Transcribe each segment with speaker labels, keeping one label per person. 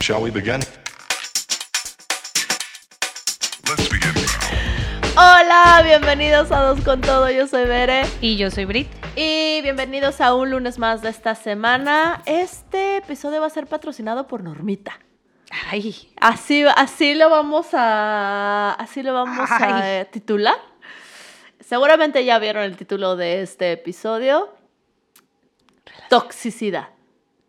Speaker 1: Shall we begin? Let's begin.
Speaker 2: Hola, bienvenidos a Dos con Todo, yo soy Bere
Speaker 3: Y yo soy Brit.
Speaker 2: y bienvenidos a un lunes más de esta semana. Este episodio va a ser patrocinado por Normita.
Speaker 3: Ay,
Speaker 2: Así, así lo vamos a, así lo vamos a
Speaker 3: Ay.
Speaker 2: eh, titular. Seguramente ya vieron el título de este episodio. Toxicidad.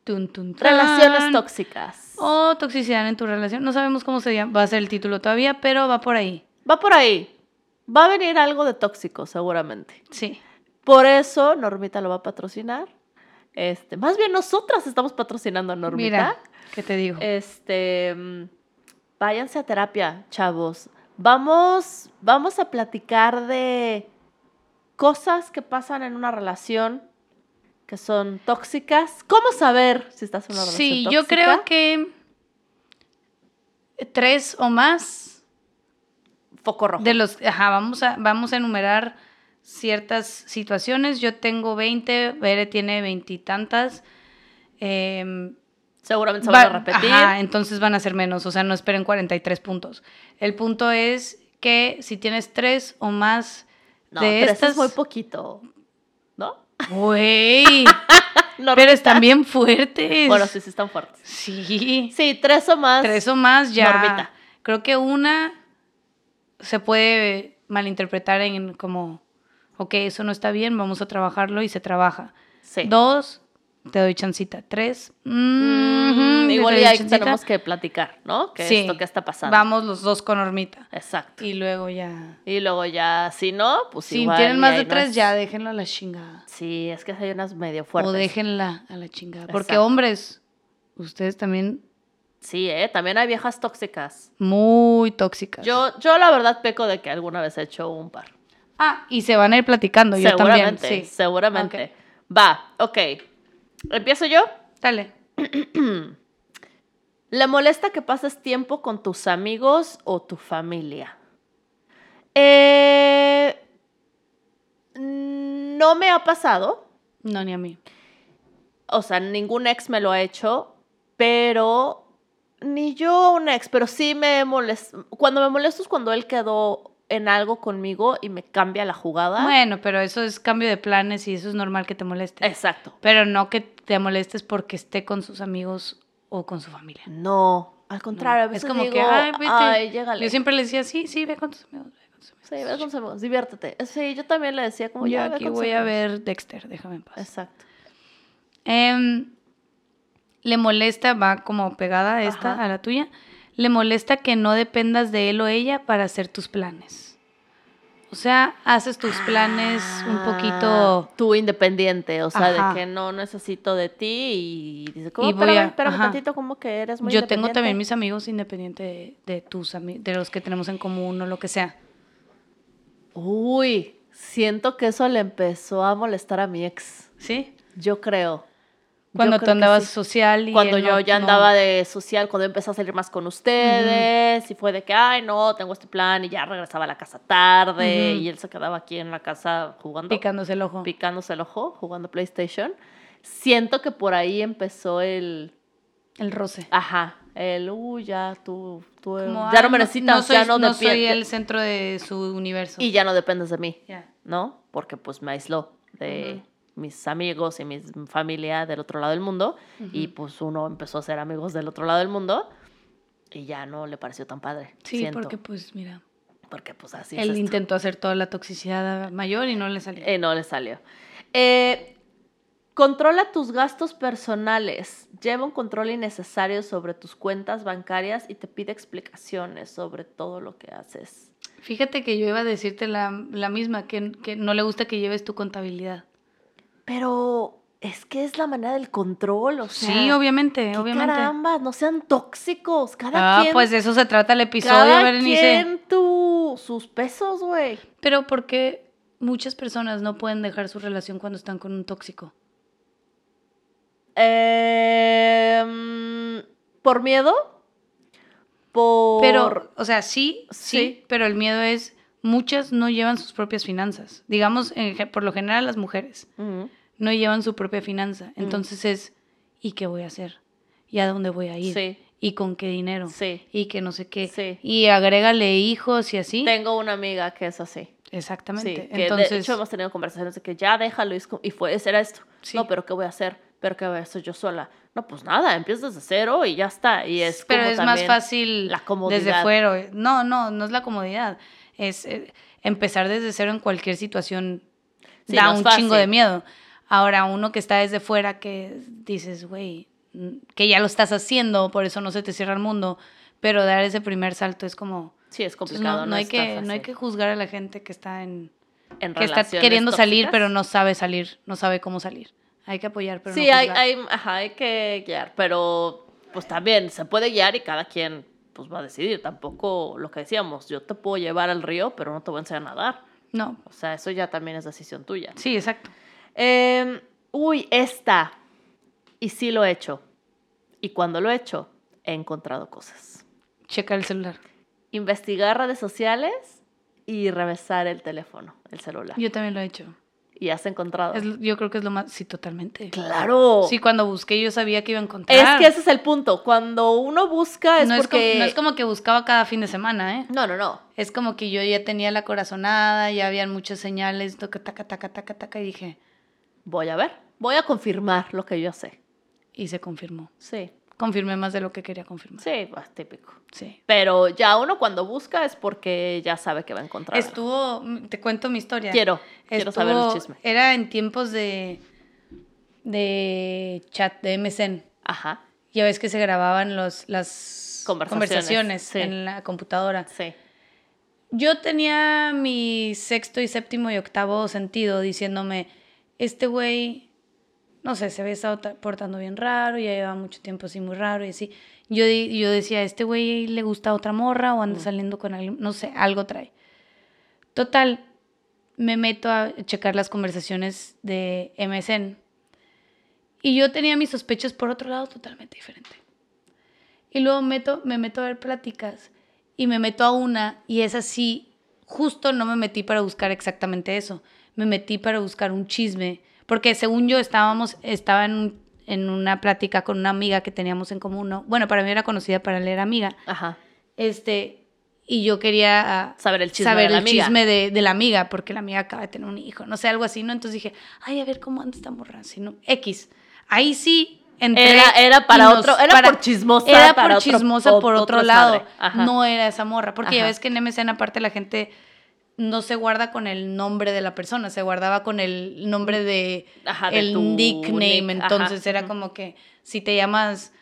Speaker 3: tun, tun, tun.
Speaker 2: Relaciones tóxicas.
Speaker 3: O toxicidad en tu relación. No sabemos cómo se llama- va a ser el título todavía, pero va por ahí.
Speaker 2: Va por ahí. Va a venir algo de tóxico, seguramente.
Speaker 3: Sí.
Speaker 2: Por eso Normita lo va a patrocinar. Este, más bien nosotras estamos patrocinando a Normita.
Speaker 3: Mira, ¿qué te digo?
Speaker 2: Este, mm, váyanse a terapia, chavos. Vamos, vamos a platicar de cosas que pasan en una relación que son tóxicas. ¿Cómo saber si estás en una relación
Speaker 3: sí,
Speaker 2: tóxica?
Speaker 3: yo creo que tres o más
Speaker 2: foco rojo.
Speaker 3: de los... Ajá, vamos a, vamos a enumerar ciertas situaciones. Yo tengo 20, Bere tiene veintitantas. Em,
Speaker 2: Seguramente se
Speaker 3: Va-
Speaker 2: van a repetir.
Speaker 3: ajá, entonces van a ser menos, o sea, no esperen 43 puntos. El punto es que si tienes tres o más
Speaker 2: no,
Speaker 3: de
Speaker 2: tres
Speaker 3: estas...
Speaker 2: es muy poquito. ¿No?
Speaker 3: Güey,
Speaker 2: Normita.
Speaker 3: pero están bien fuertes.
Speaker 2: Bueno, sí, sí están fuertes.
Speaker 3: Sí,
Speaker 2: Sí, tres o más.
Speaker 3: tres o más ya.
Speaker 2: Normita.
Speaker 3: Creo que una se puede malinterpretar en como, ok, eso no está bien, vamos a trabajarlo y se trabaja.
Speaker 2: Sí.
Speaker 3: Dos, te doy chancita. Tres,
Speaker 2: Mm,
Speaker 3: mhm, te
Speaker 2: igual
Speaker 3: doy
Speaker 2: ya
Speaker 3: chancita.
Speaker 2: tenemos que platicar, ¿no? Que esto que está pasando.
Speaker 3: Vamos los dos con hormita.
Speaker 2: Exacto. Y,
Speaker 3: Y luego ya.
Speaker 2: luego ya, si no, pues
Speaker 3: Si
Speaker 2: igual
Speaker 3: tienen
Speaker 2: y
Speaker 3: más
Speaker 2: ahí
Speaker 3: de
Speaker 2: no
Speaker 3: tres,
Speaker 2: es-
Speaker 3: ya déjenlo a la chingada.
Speaker 2: Sí, es que hay unas medio fuertes.
Speaker 3: O déjenla a la chingada. Porque
Speaker 2: Exacto.
Speaker 3: hombres, ustedes también
Speaker 2: Sí, ¿eh? También hay viejas tóxicas.
Speaker 3: muy tóxicas.
Speaker 2: Yo, yo la verdad peco de que alguna vez he hecho un par.
Speaker 3: Ah, y se van a ir platicando. Yo también.
Speaker 2: seguramente,
Speaker 3: Sí.
Speaker 2: seguramente. Va, ok. Empiezo yo.
Speaker 3: Dale.
Speaker 2: ¿Le molesta que pases tiempo con tus amigos o tu familia? Eh, no me ha pasado.
Speaker 3: No, ni a mí.
Speaker 2: O sea, ningún ex me lo ha hecho, pero ni yo un ex, pero sí me molesto. Cuando me molesto es cuando él quedó en algo conmigo y me cambia la jugada.
Speaker 3: Bueno, pero eso es cambio de planes y eso es normal que te moleste.
Speaker 2: Exacto.
Speaker 3: Pero no que te molestes porque esté con sus amigos o con su familia.
Speaker 2: No, al
Speaker 3: No.
Speaker 2: contrario, a veces
Speaker 3: es como
Speaker 2: digo,
Speaker 3: que, ay, vete".
Speaker 2: llégale.
Speaker 3: Yo siempre le decía, sí, sí, ve con tus amigos. Ve con tus amigos.
Speaker 2: Sí, ve con tus amigos, diviértete. Sí, yo también le decía como
Speaker 3: Yo
Speaker 2: Oh, ya ve
Speaker 3: aquí
Speaker 2: con tus
Speaker 3: voy a
Speaker 2: amigos".
Speaker 3: ver Dexter, déjame en paz.
Speaker 2: Exacto.
Speaker 3: Em, le molesta, va como pegada a esta,
Speaker 2: Ajá.
Speaker 3: a la tuya, le molesta que no dependas de él o ella para hacer tus planes. O sea, haces tus planes un poquito...
Speaker 2: Ah, tú independiente, o sea,
Speaker 3: Ajá.
Speaker 2: de que no necesito de ti y dice, ¿cómo?
Speaker 3: Y voy
Speaker 2: espérame,
Speaker 3: a-
Speaker 2: espérame
Speaker 3: ajá.
Speaker 2: tantito, como que eres muy
Speaker 3: Yo tengo
Speaker 2: independiente?
Speaker 3: también mis amigos independiente de, de tus amigos, de los que tenemos en común o lo que sea.
Speaker 2: Uy, siento que eso le empezó a molestar a mi ex.
Speaker 3: ¿Sí?
Speaker 2: Yo creo. Yo
Speaker 3: Cuando
Speaker 2: creo
Speaker 3: tú
Speaker 2: que
Speaker 3: andabas
Speaker 2: sí.
Speaker 3: social y...
Speaker 2: Cuando
Speaker 3: él
Speaker 2: yo
Speaker 3: no-
Speaker 2: ya
Speaker 3: no.
Speaker 2: andaba de social, cuando empecé a salir más con ustedes, y fue de que, ay, no, tengo este plan, y ya regresaba a la casa tarde,
Speaker 3: Ujú.
Speaker 2: y él se quedaba aquí en la casa jugando,
Speaker 3: Picándose el ojo.
Speaker 2: picándose el ojo, jugando PlayStation. Siento que por ahí empezó el,
Speaker 3: El roce.
Speaker 2: ajá, el, uy, ya, tú, tú,
Speaker 3: Como,
Speaker 2: Ah, ya
Speaker 3: "Ay,
Speaker 2: no me necesitas,
Speaker 3: soy,
Speaker 2: ya no,
Speaker 3: no soy
Speaker 2: depien-
Speaker 3: el centro de su universo.
Speaker 2: Y ya no dependes de mí.
Speaker 3: Ya.
Speaker 2: ¿no? Porque pues me aisló de
Speaker 3: Ujú.
Speaker 2: mis amigos y mi familia del otro lado del mundo y
Speaker 3: Ujú.
Speaker 2: pues uno empezó a ser amigos del otro lado del mundo y ya no le pareció tan padre.
Speaker 3: Sí,
Speaker 2: siento.
Speaker 3: porque pues mira,
Speaker 2: porque pues así es
Speaker 3: él
Speaker 2: esto.
Speaker 3: intentó hacer toda la toxicidad mayor y no le salió.
Speaker 2: Eh, no le salió. Eh, controla tus gastos personales. Lleva un control innecesario sobre tus cuentas bancarias y te pide explicaciones sobre todo lo que haces.
Speaker 3: Fíjate que yo iba a decirte la, la misma, que, que no le gusta que lleves tu contabilidad.
Speaker 2: Pero es que es la manera del control, o sea.
Speaker 3: sí, obviamente,
Speaker 2: ¿Qué
Speaker 3: obviamente.
Speaker 2: Caramba, no sean tóxicos. Cada
Speaker 3: Ah,
Speaker 2: quien.
Speaker 3: pues de eso se trata el episodio,
Speaker 2: cada
Speaker 3: Berenice.
Speaker 2: quien tu- sus pesos, güey.
Speaker 3: Pero porque muchas personas no pueden dejar su relación cuando están con un tóxico?
Speaker 2: Em, ¿Por miedo? Por.
Speaker 3: Pero, o sea, sí, sí,
Speaker 2: Sí.
Speaker 3: pero el miedo es, muchas no llevan sus propias finanzas. Digamos, en ge- por lo general las mujeres.
Speaker 2: Ujú. Mm.
Speaker 3: no llevan su propia finanza. Entonces es, ¿y qué voy a hacer? ¿Y a dónde voy a ir?
Speaker 2: Sí.
Speaker 3: y con qué dinero
Speaker 2: Sí.
Speaker 3: y que no sé qué.
Speaker 2: Sí.
Speaker 3: Y agrégale hijos y así.
Speaker 2: Tengo una amiga que es así. Sí,
Speaker 3: Exactamente.
Speaker 2: que de-
Speaker 3: Entonces,
Speaker 2: de hecho hemos tenido conversaciones de que ya déjalo y, es co- y fue, era esto.
Speaker 3: Sí.
Speaker 2: No, pero ¿qué voy a hacer? ¿Pero qué voy a hacer yo sola? No, pues nada, empiezas de cero y ya está. Y es
Speaker 3: pero
Speaker 2: como
Speaker 3: es más
Speaker 2: también-
Speaker 3: fácil
Speaker 2: la
Speaker 3: desde
Speaker 2: comodidad.
Speaker 3: fuera. No, no, no es la comodidad. Es eh, empezar desde cero en cualquier situación
Speaker 2: Sí,
Speaker 3: da
Speaker 2: no es
Speaker 3: un
Speaker 2: fácil.
Speaker 3: chingo de miedo. Ahora, uno que está desde fuera que dices, güey, mm, que ya lo estás haciendo, por eso no se te cierra el mundo, pero dar ese primer salto es como...
Speaker 2: Sí, es
Speaker 3: pues,
Speaker 2: complicado.
Speaker 3: no,
Speaker 2: No,
Speaker 3: no hay
Speaker 2: es
Speaker 3: que,
Speaker 2: tan
Speaker 3: no hay
Speaker 2: fácil.
Speaker 3: que juzgar a la gente que está en...
Speaker 2: En
Speaker 3: que está
Speaker 2: relaciones
Speaker 3: queriendo salir,
Speaker 2: tóxicas.
Speaker 3: pero no sabe salir, no sabe cómo salir. Hay que apoyar, pero
Speaker 2: sí,
Speaker 3: no
Speaker 2: hay,
Speaker 3: juzgar.
Speaker 2: hay, ajá, hay que guiar, pero pues también se puede guiar y cada quien pues va a decidir. Tampoco lo que decíamos, yo te puedo llevar al río, pero no te voy a enseñar a nadar.
Speaker 3: No,
Speaker 2: O sea, eso ya también es decisión tuya.
Speaker 3: sí, exacto.
Speaker 2: Em, uy, esta. Y sí lo he hecho. Y cuando lo he hecho, he encontrado cosas.
Speaker 3: Checar el celular.
Speaker 2: Investigar redes sociales y revisar el teléfono, el celular.
Speaker 3: Yo también lo he hecho.
Speaker 2: Y has encontrado.
Speaker 3: Es lo- yo creo que es lo más... Sí, totalmente.
Speaker 2: Claro.
Speaker 3: Sí, cuando busqué yo sabía que iba a encontrar.
Speaker 2: es que ese es el punto. Cuando uno busca es
Speaker 3: no, es
Speaker 2: porque...
Speaker 3: como, no es como que buscaba cada fin de semana, ¿eh?
Speaker 2: no, no, no.
Speaker 3: Es como que yo ya tenía la corazonada, ya habían muchas señales, toca, taca, taca, taca, taca, y dije,
Speaker 2: Voy a ver. Voy a confirmar lo que yo sé.
Speaker 3: y se confirmó.
Speaker 2: Sí,
Speaker 3: Confirmé más de lo que quería confirmar. Sí.
Speaker 2: sí, pues, típico. Pero ya uno cuando busca es porque ya sabe que va a encontrar. algo.
Speaker 3: Estuvo, mm, te cuento mi historia.
Speaker 2: Quiero, quiero saber el
Speaker 3: Estuvo-
Speaker 2: chisme.
Speaker 3: Era en tiempos de, de chat, de MSN.
Speaker 2: Ajá,
Speaker 3: Ya ves que se grababan los, las
Speaker 2: Conversaciones,
Speaker 3: conversaciones
Speaker 2: sí.
Speaker 3: en la computadora.
Speaker 2: sí.
Speaker 3: Yo tenía mi sexto y séptimo y octavo sentido diciéndome, este güey, no sé, se había estado ta- portando bien raro, ya llevaba mucho tiempo así muy raro y así. Yo, di- yo decía, este güey le gusta otra morra o anda
Speaker 2: Mm.
Speaker 3: saliendo con alguien, no sé, algo trae. Total, me meto a checar las conversaciones de MSN. Y yo tenía mis sospechas por otro lado totalmente diferente. Y luego meto, me meto a ver pláticas y me meto a una y es así, justo no me metí para buscar exactamente eso, me metí para buscar un chisme, porque según yo estábamos, estaba en, un- en una plática con una amiga que teníamos en común, ¿no? bueno, para mí era conocida, para él era amiga,
Speaker 2: Ajá.
Speaker 3: este, y yo quería ah,
Speaker 2: Saber el chisme de la
Speaker 3: el
Speaker 2: amiga.
Speaker 3: chisme de, de la amiga, porque la amiga acaba de tener un hijo, no sé, algo así, ¿no? Entonces dije, ay, a ver cómo anda esta morra, si no, X. Ahí sí entré.
Speaker 2: Era- era para
Speaker 3: y nos-
Speaker 2: otro- era por chismosa,
Speaker 3: Era
Speaker 2: para
Speaker 3: por
Speaker 2: otro-
Speaker 3: chismosa
Speaker 2: o-
Speaker 3: por
Speaker 2: otro
Speaker 3: otro, lado.
Speaker 2: desmadre. Ajá.
Speaker 3: No era esa morra, porque ya
Speaker 2: Ajá.
Speaker 3: ves que en MSN aparte la gente no se guarda con el nombre de la persona, se guardaba con el nombre de,
Speaker 2: Ajá, de
Speaker 3: el
Speaker 2: tu
Speaker 3: nickname,
Speaker 2: nick, ajá.
Speaker 3: entonces era
Speaker 2: Ujú.
Speaker 3: como que si te llamas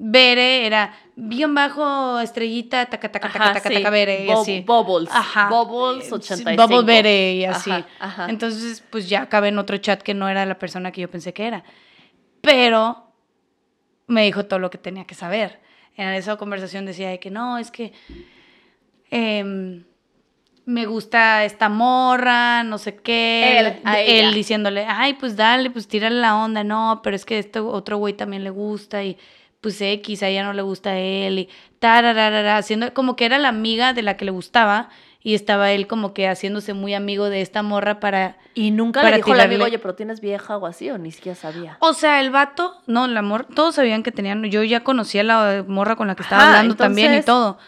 Speaker 3: Bere era bien bajo estrellita, taca, taca, taca,
Speaker 2: Ajá,
Speaker 3: taca,
Speaker 2: sí.
Speaker 3: taca, Bere, y
Speaker 2: Bub-
Speaker 3: así.
Speaker 2: Bubbles.
Speaker 3: Ajá.
Speaker 2: Bubbles
Speaker 3: Eh, sí,
Speaker 2: 85.
Speaker 3: Bubble Bere y así.
Speaker 2: Ajá, ajá.
Speaker 3: Entonces, pues ya acabé en otro chat que no era la persona que yo pensé que era. Pero me dijo todo lo que tenía que saber. En esa conversación decía de que no, es que em, me gusta esta morra, no sé qué.
Speaker 2: Él, a ella.
Speaker 3: él diciéndole, ay, pues dale, pues tírale la onda, no, pero es que este otro güey también le gusta y pues X, a ella no le gusta a él y tarararara, haciendo como que era la amiga de la que le gustaba y estaba él como que haciéndose muy amigo de esta morra para...
Speaker 2: Y nunca le
Speaker 3: Para
Speaker 2: dijo al amigo,
Speaker 3: tirarle-
Speaker 2: oye, pero tienes vieja o así, o ni siquiera sabía.
Speaker 3: O sea, el vato, no, el amor, todos sabían que tenían, yo ya conocía la morra con la que estaba
Speaker 2: Ajá,
Speaker 3: hablando también y
Speaker 2: entonces-
Speaker 3: todo.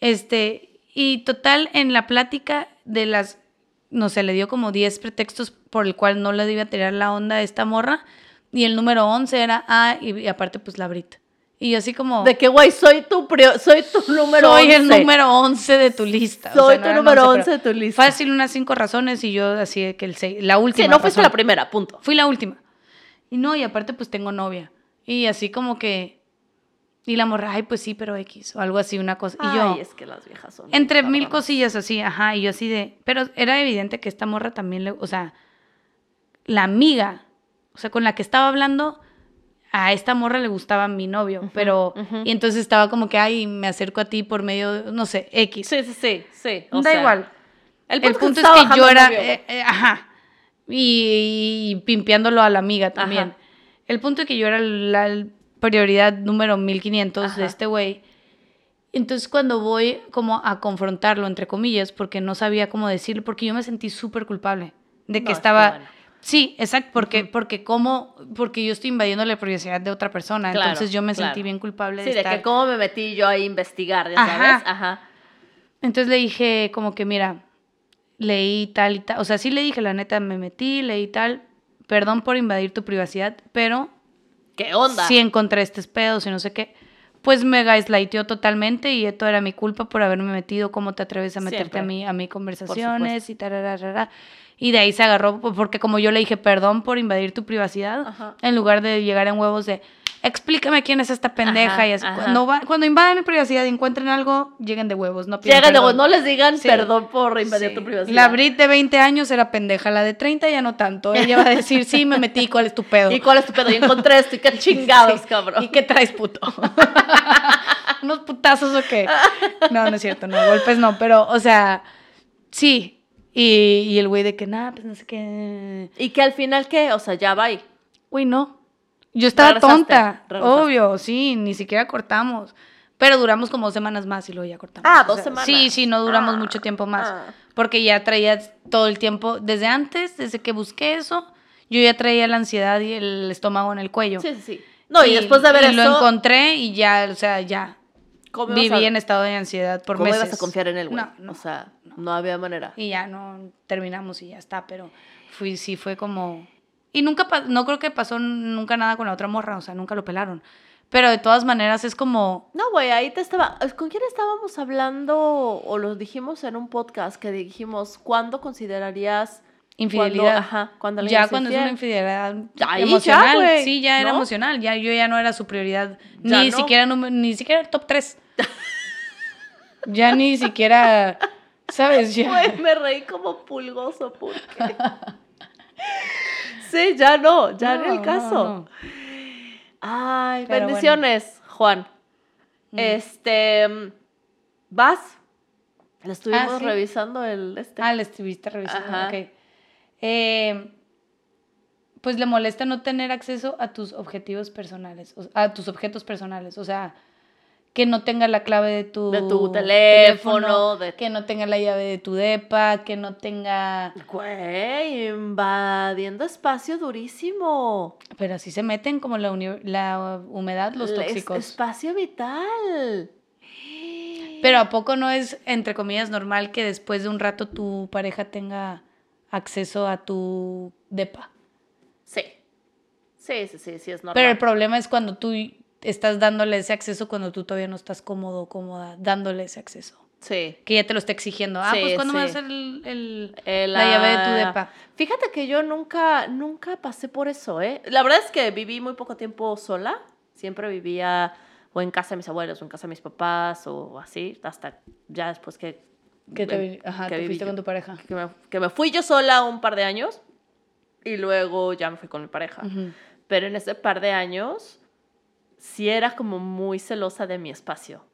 Speaker 3: Este, y total, en la plática de las, no sé, le dio como 10 pretextos por el cual no le iba a tirar la onda a esta morra. Y el número 11 era, ah, y, y aparte pues la Brit. Y yo así como,
Speaker 2: Oh, De que, güey, soy tu, prio- soy tu número
Speaker 3: soy
Speaker 2: 11.
Speaker 3: el número 11 de tu lista. O
Speaker 2: Soy
Speaker 3: sea, no
Speaker 2: tu
Speaker 3: eran
Speaker 2: número
Speaker 3: 11,
Speaker 2: 11 de tu
Speaker 3: pero
Speaker 2: lista.
Speaker 3: Fácil unas cinco razones y yo así de que el seis- la última
Speaker 2: Sí, no fuiste
Speaker 3: razón.
Speaker 2: la primera, punto.
Speaker 3: Fui la última. Y no, y aparte pues tengo novia. Y así como que... Y la morra, ay, pues sí, pero X, o algo así, una cosa. Y yo,
Speaker 2: Ay, es que las viejas son.
Speaker 3: entre
Speaker 2: bien
Speaker 3: mil
Speaker 2: cabronas.
Speaker 3: cosillas así, ajá, y yo así de... Pero era evidente que esta morra también le... O sea, la amiga, o sea, con la que estaba hablando, a esta morra le gustaba mi novio, pero...
Speaker 2: ujú.
Speaker 3: Y entonces estaba como que, ay, me acerco a ti por medio, de- no sé, X.
Speaker 2: Sí, sí, sí. sí o
Speaker 3: da
Speaker 2: sea,
Speaker 3: igual.
Speaker 2: El
Speaker 3: El punto es
Speaker 2: estaba
Speaker 3: que yo
Speaker 2: bajando el
Speaker 3: era,
Speaker 2: novio.
Speaker 3: eh, eh, ajá, y, y pimpeándolo a la amiga también.
Speaker 2: Ajá.
Speaker 3: El punto es que yo era la prioridad número 1500
Speaker 2: Ajá.
Speaker 3: de este güey. Entonces cuando voy como a confrontarlo, entre comillas, porque no sabía cómo decirlo, porque yo me sentí súper culpable
Speaker 2: No,
Speaker 3: de que
Speaker 2: es que
Speaker 3: estaba...
Speaker 2: bueno.
Speaker 3: Sí, exacto, porque, porque como, porque yo estoy invadiendo la privacidad de otra persona,
Speaker 2: Claro,
Speaker 3: entonces yo me
Speaker 2: claro.
Speaker 3: sentí bien culpable de
Speaker 2: Sí, de
Speaker 3: estar.
Speaker 2: que cómo me metí yo ahí a investigar, ya
Speaker 3: Ajá.
Speaker 2: sabes. Ajá.
Speaker 3: Entonces le dije como que, mira, leí tal y tal, o sea, sí le dije, la neta, me metí, leí tal, perdón por invadir tu privacidad, pero
Speaker 2: ¿Qué onda?
Speaker 3: sí encontré estos pedos y no sé qué. Pues me gaslighteó totalmente y esto era mi culpa por haberme metido, cómo te atreves a meterte
Speaker 2: Siempre.
Speaker 3: a mí a mis conversaciones y tarararara. Y de ahí se agarró, po- porque como yo le dije, perdón por invadir tu privacidad,
Speaker 2: Ajá.
Speaker 3: en lugar de llegar en huevos de, explícame quién es esta pendeja.
Speaker 2: Ajá,
Speaker 3: y así,
Speaker 2: ajá.
Speaker 3: cuando, va- cuando invadan mi privacidad y encuentren algo, lleguen de huevos, no pidan
Speaker 2: Llegan luego, no
Speaker 3: perdón.
Speaker 2: les digan
Speaker 3: Sí.
Speaker 2: perdón por invadir
Speaker 3: Sí.
Speaker 2: tu privacidad.
Speaker 3: La Brit de 20 años era pendeja, la de 30 ya no tanto. Ella va a decir, sí, me metí, ¿cuál es tu pedo?
Speaker 2: ¿Y cuál es tu pedo? Yo encontré esto y qué chingados,
Speaker 3: Sí.
Speaker 2: cabrón.
Speaker 3: ¿Y qué traes, puto? ¿Unos putazos o qué? No, no es cierto, no, golpes no, pero, o sea, sí. Y, y el güey de que, nada, pues no sé qué.
Speaker 2: Y que al final, ¿qué? O sea, ya va ahí.
Speaker 3: Güey, no. Yo estaba
Speaker 2: Regresaste,
Speaker 3: tonta,
Speaker 2: regresaste.
Speaker 3: obvio, sí, ni siquiera cortamos. Pero duramos como dos semanas más y luego ya cortamos.
Speaker 2: Ah, dos semanas.
Speaker 3: Sí, sí, no duramos
Speaker 2: Ah,
Speaker 3: mucho tiempo más.
Speaker 2: ah.
Speaker 3: Porque ya traía todo el tiempo, desde antes, desde que busqué eso, yo ya traía la ansiedad y el estómago en el cuello.
Speaker 2: Sí, sí, sí. No, y, después de ver
Speaker 3: y
Speaker 2: eso,
Speaker 3: lo encontré y ya, o sea, ya.
Speaker 2: ¿cómo ibas
Speaker 3: Viví
Speaker 2: a-
Speaker 3: en estado de ansiedad por
Speaker 2: ¿Cómo
Speaker 3: meses.
Speaker 2: ibas a confiar en él, güey?
Speaker 3: No, no.
Speaker 2: o sea, no. había manera.
Speaker 3: Y ya no terminamos y ya está, pero fui, sí fue como. Y nunca, pa- no creo que pasó nunca nada con la otra morra, o sea, nunca lo pelaron. Pero de todas maneras es como.
Speaker 2: No, güey, ahí te estaba. ¿Con quién estábamos hablando o lo dijimos en un podcast que dijimos, ¿cuándo considerarías.
Speaker 3: Infidelidad.
Speaker 2: Cuando, ajá, cuando alguien
Speaker 3: ya
Speaker 2: es
Speaker 3: cuando es una
Speaker 2: infiel.
Speaker 3: infidelidad
Speaker 2: Ahí ya,
Speaker 3: emocional,
Speaker 2: güey,
Speaker 3: sí, ya era
Speaker 2: ¿no?
Speaker 3: emocional, ya yo ya no era su prioridad,
Speaker 2: Ya
Speaker 3: ni
Speaker 2: no.
Speaker 3: siquiera número- ni siquiera top 3. ya ni siquiera sabes, ya.
Speaker 2: Güey, me reí como pulgoso, porque. sí, ya no, ya no,
Speaker 3: No,
Speaker 2: el caso.
Speaker 3: no, no.
Speaker 2: Ay,
Speaker 3: Pero
Speaker 2: bendiciones, Juan.
Speaker 3: Mm.
Speaker 2: Este. mm, ¿Vas? Le estuvimos
Speaker 3: Ah, sí.
Speaker 2: revisando el. Este.
Speaker 3: Ah, la estuviste revisando.
Speaker 2: Ajá.
Speaker 3: ok. Eh, pues le molesta no tener acceso a tus objetivos personales, o- a tus objetos personales. O sea, que no tenga la clave de tu,
Speaker 2: De tu teléfono, de-
Speaker 3: que no tenga la llave de tu depa, que no tenga.
Speaker 2: Güey, invadiendo espacio durísimo.
Speaker 3: Pero así se meten como la, uni- la humedad, los
Speaker 2: El es-
Speaker 3: tóxicos.
Speaker 2: espacio vital.
Speaker 3: Pero ¿a poco no es, entre comillas, normal que después de un rato tu pareja tenga acceso a tu depa?
Speaker 2: Sí. Sí, sí, sí, sí, es normal.
Speaker 3: Pero el problema es cuando tú estás dándole ese acceso cuando tú todavía no estás cómodo o cómoda dándole ese acceso.
Speaker 2: sí.
Speaker 3: Que ya te lo está exigiendo. Ah,
Speaker 2: Sí,
Speaker 3: pues ¿cuándo me
Speaker 2: sí.
Speaker 3: vas a hacer el, el-
Speaker 2: Eh,
Speaker 3: la... llave de tu depa?
Speaker 2: Fíjate que yo nunca, nunca pasé por eso, ¿eh? La verdad es que viví muy poco tiempo sola. Siempre vivía o en casa de mis abuelos, o en casa de mis papás, o así, hasta ya después que...
Speaker 3: Que te, vi-
Speaker 2: que
Speaker 3: ajá, te
Speaker 2: viví
Speaker 3: fuiste
Speaker 2: yo-
Speaker 3: con tu pareja.
Speaker 2: que me, que me fui yo sola un par de años y luego ya me fui con mi pareja.
Speaker 3: Ujú.
Speaker 2: Pero en ese par de años sí era como muy celosa de mi espacio.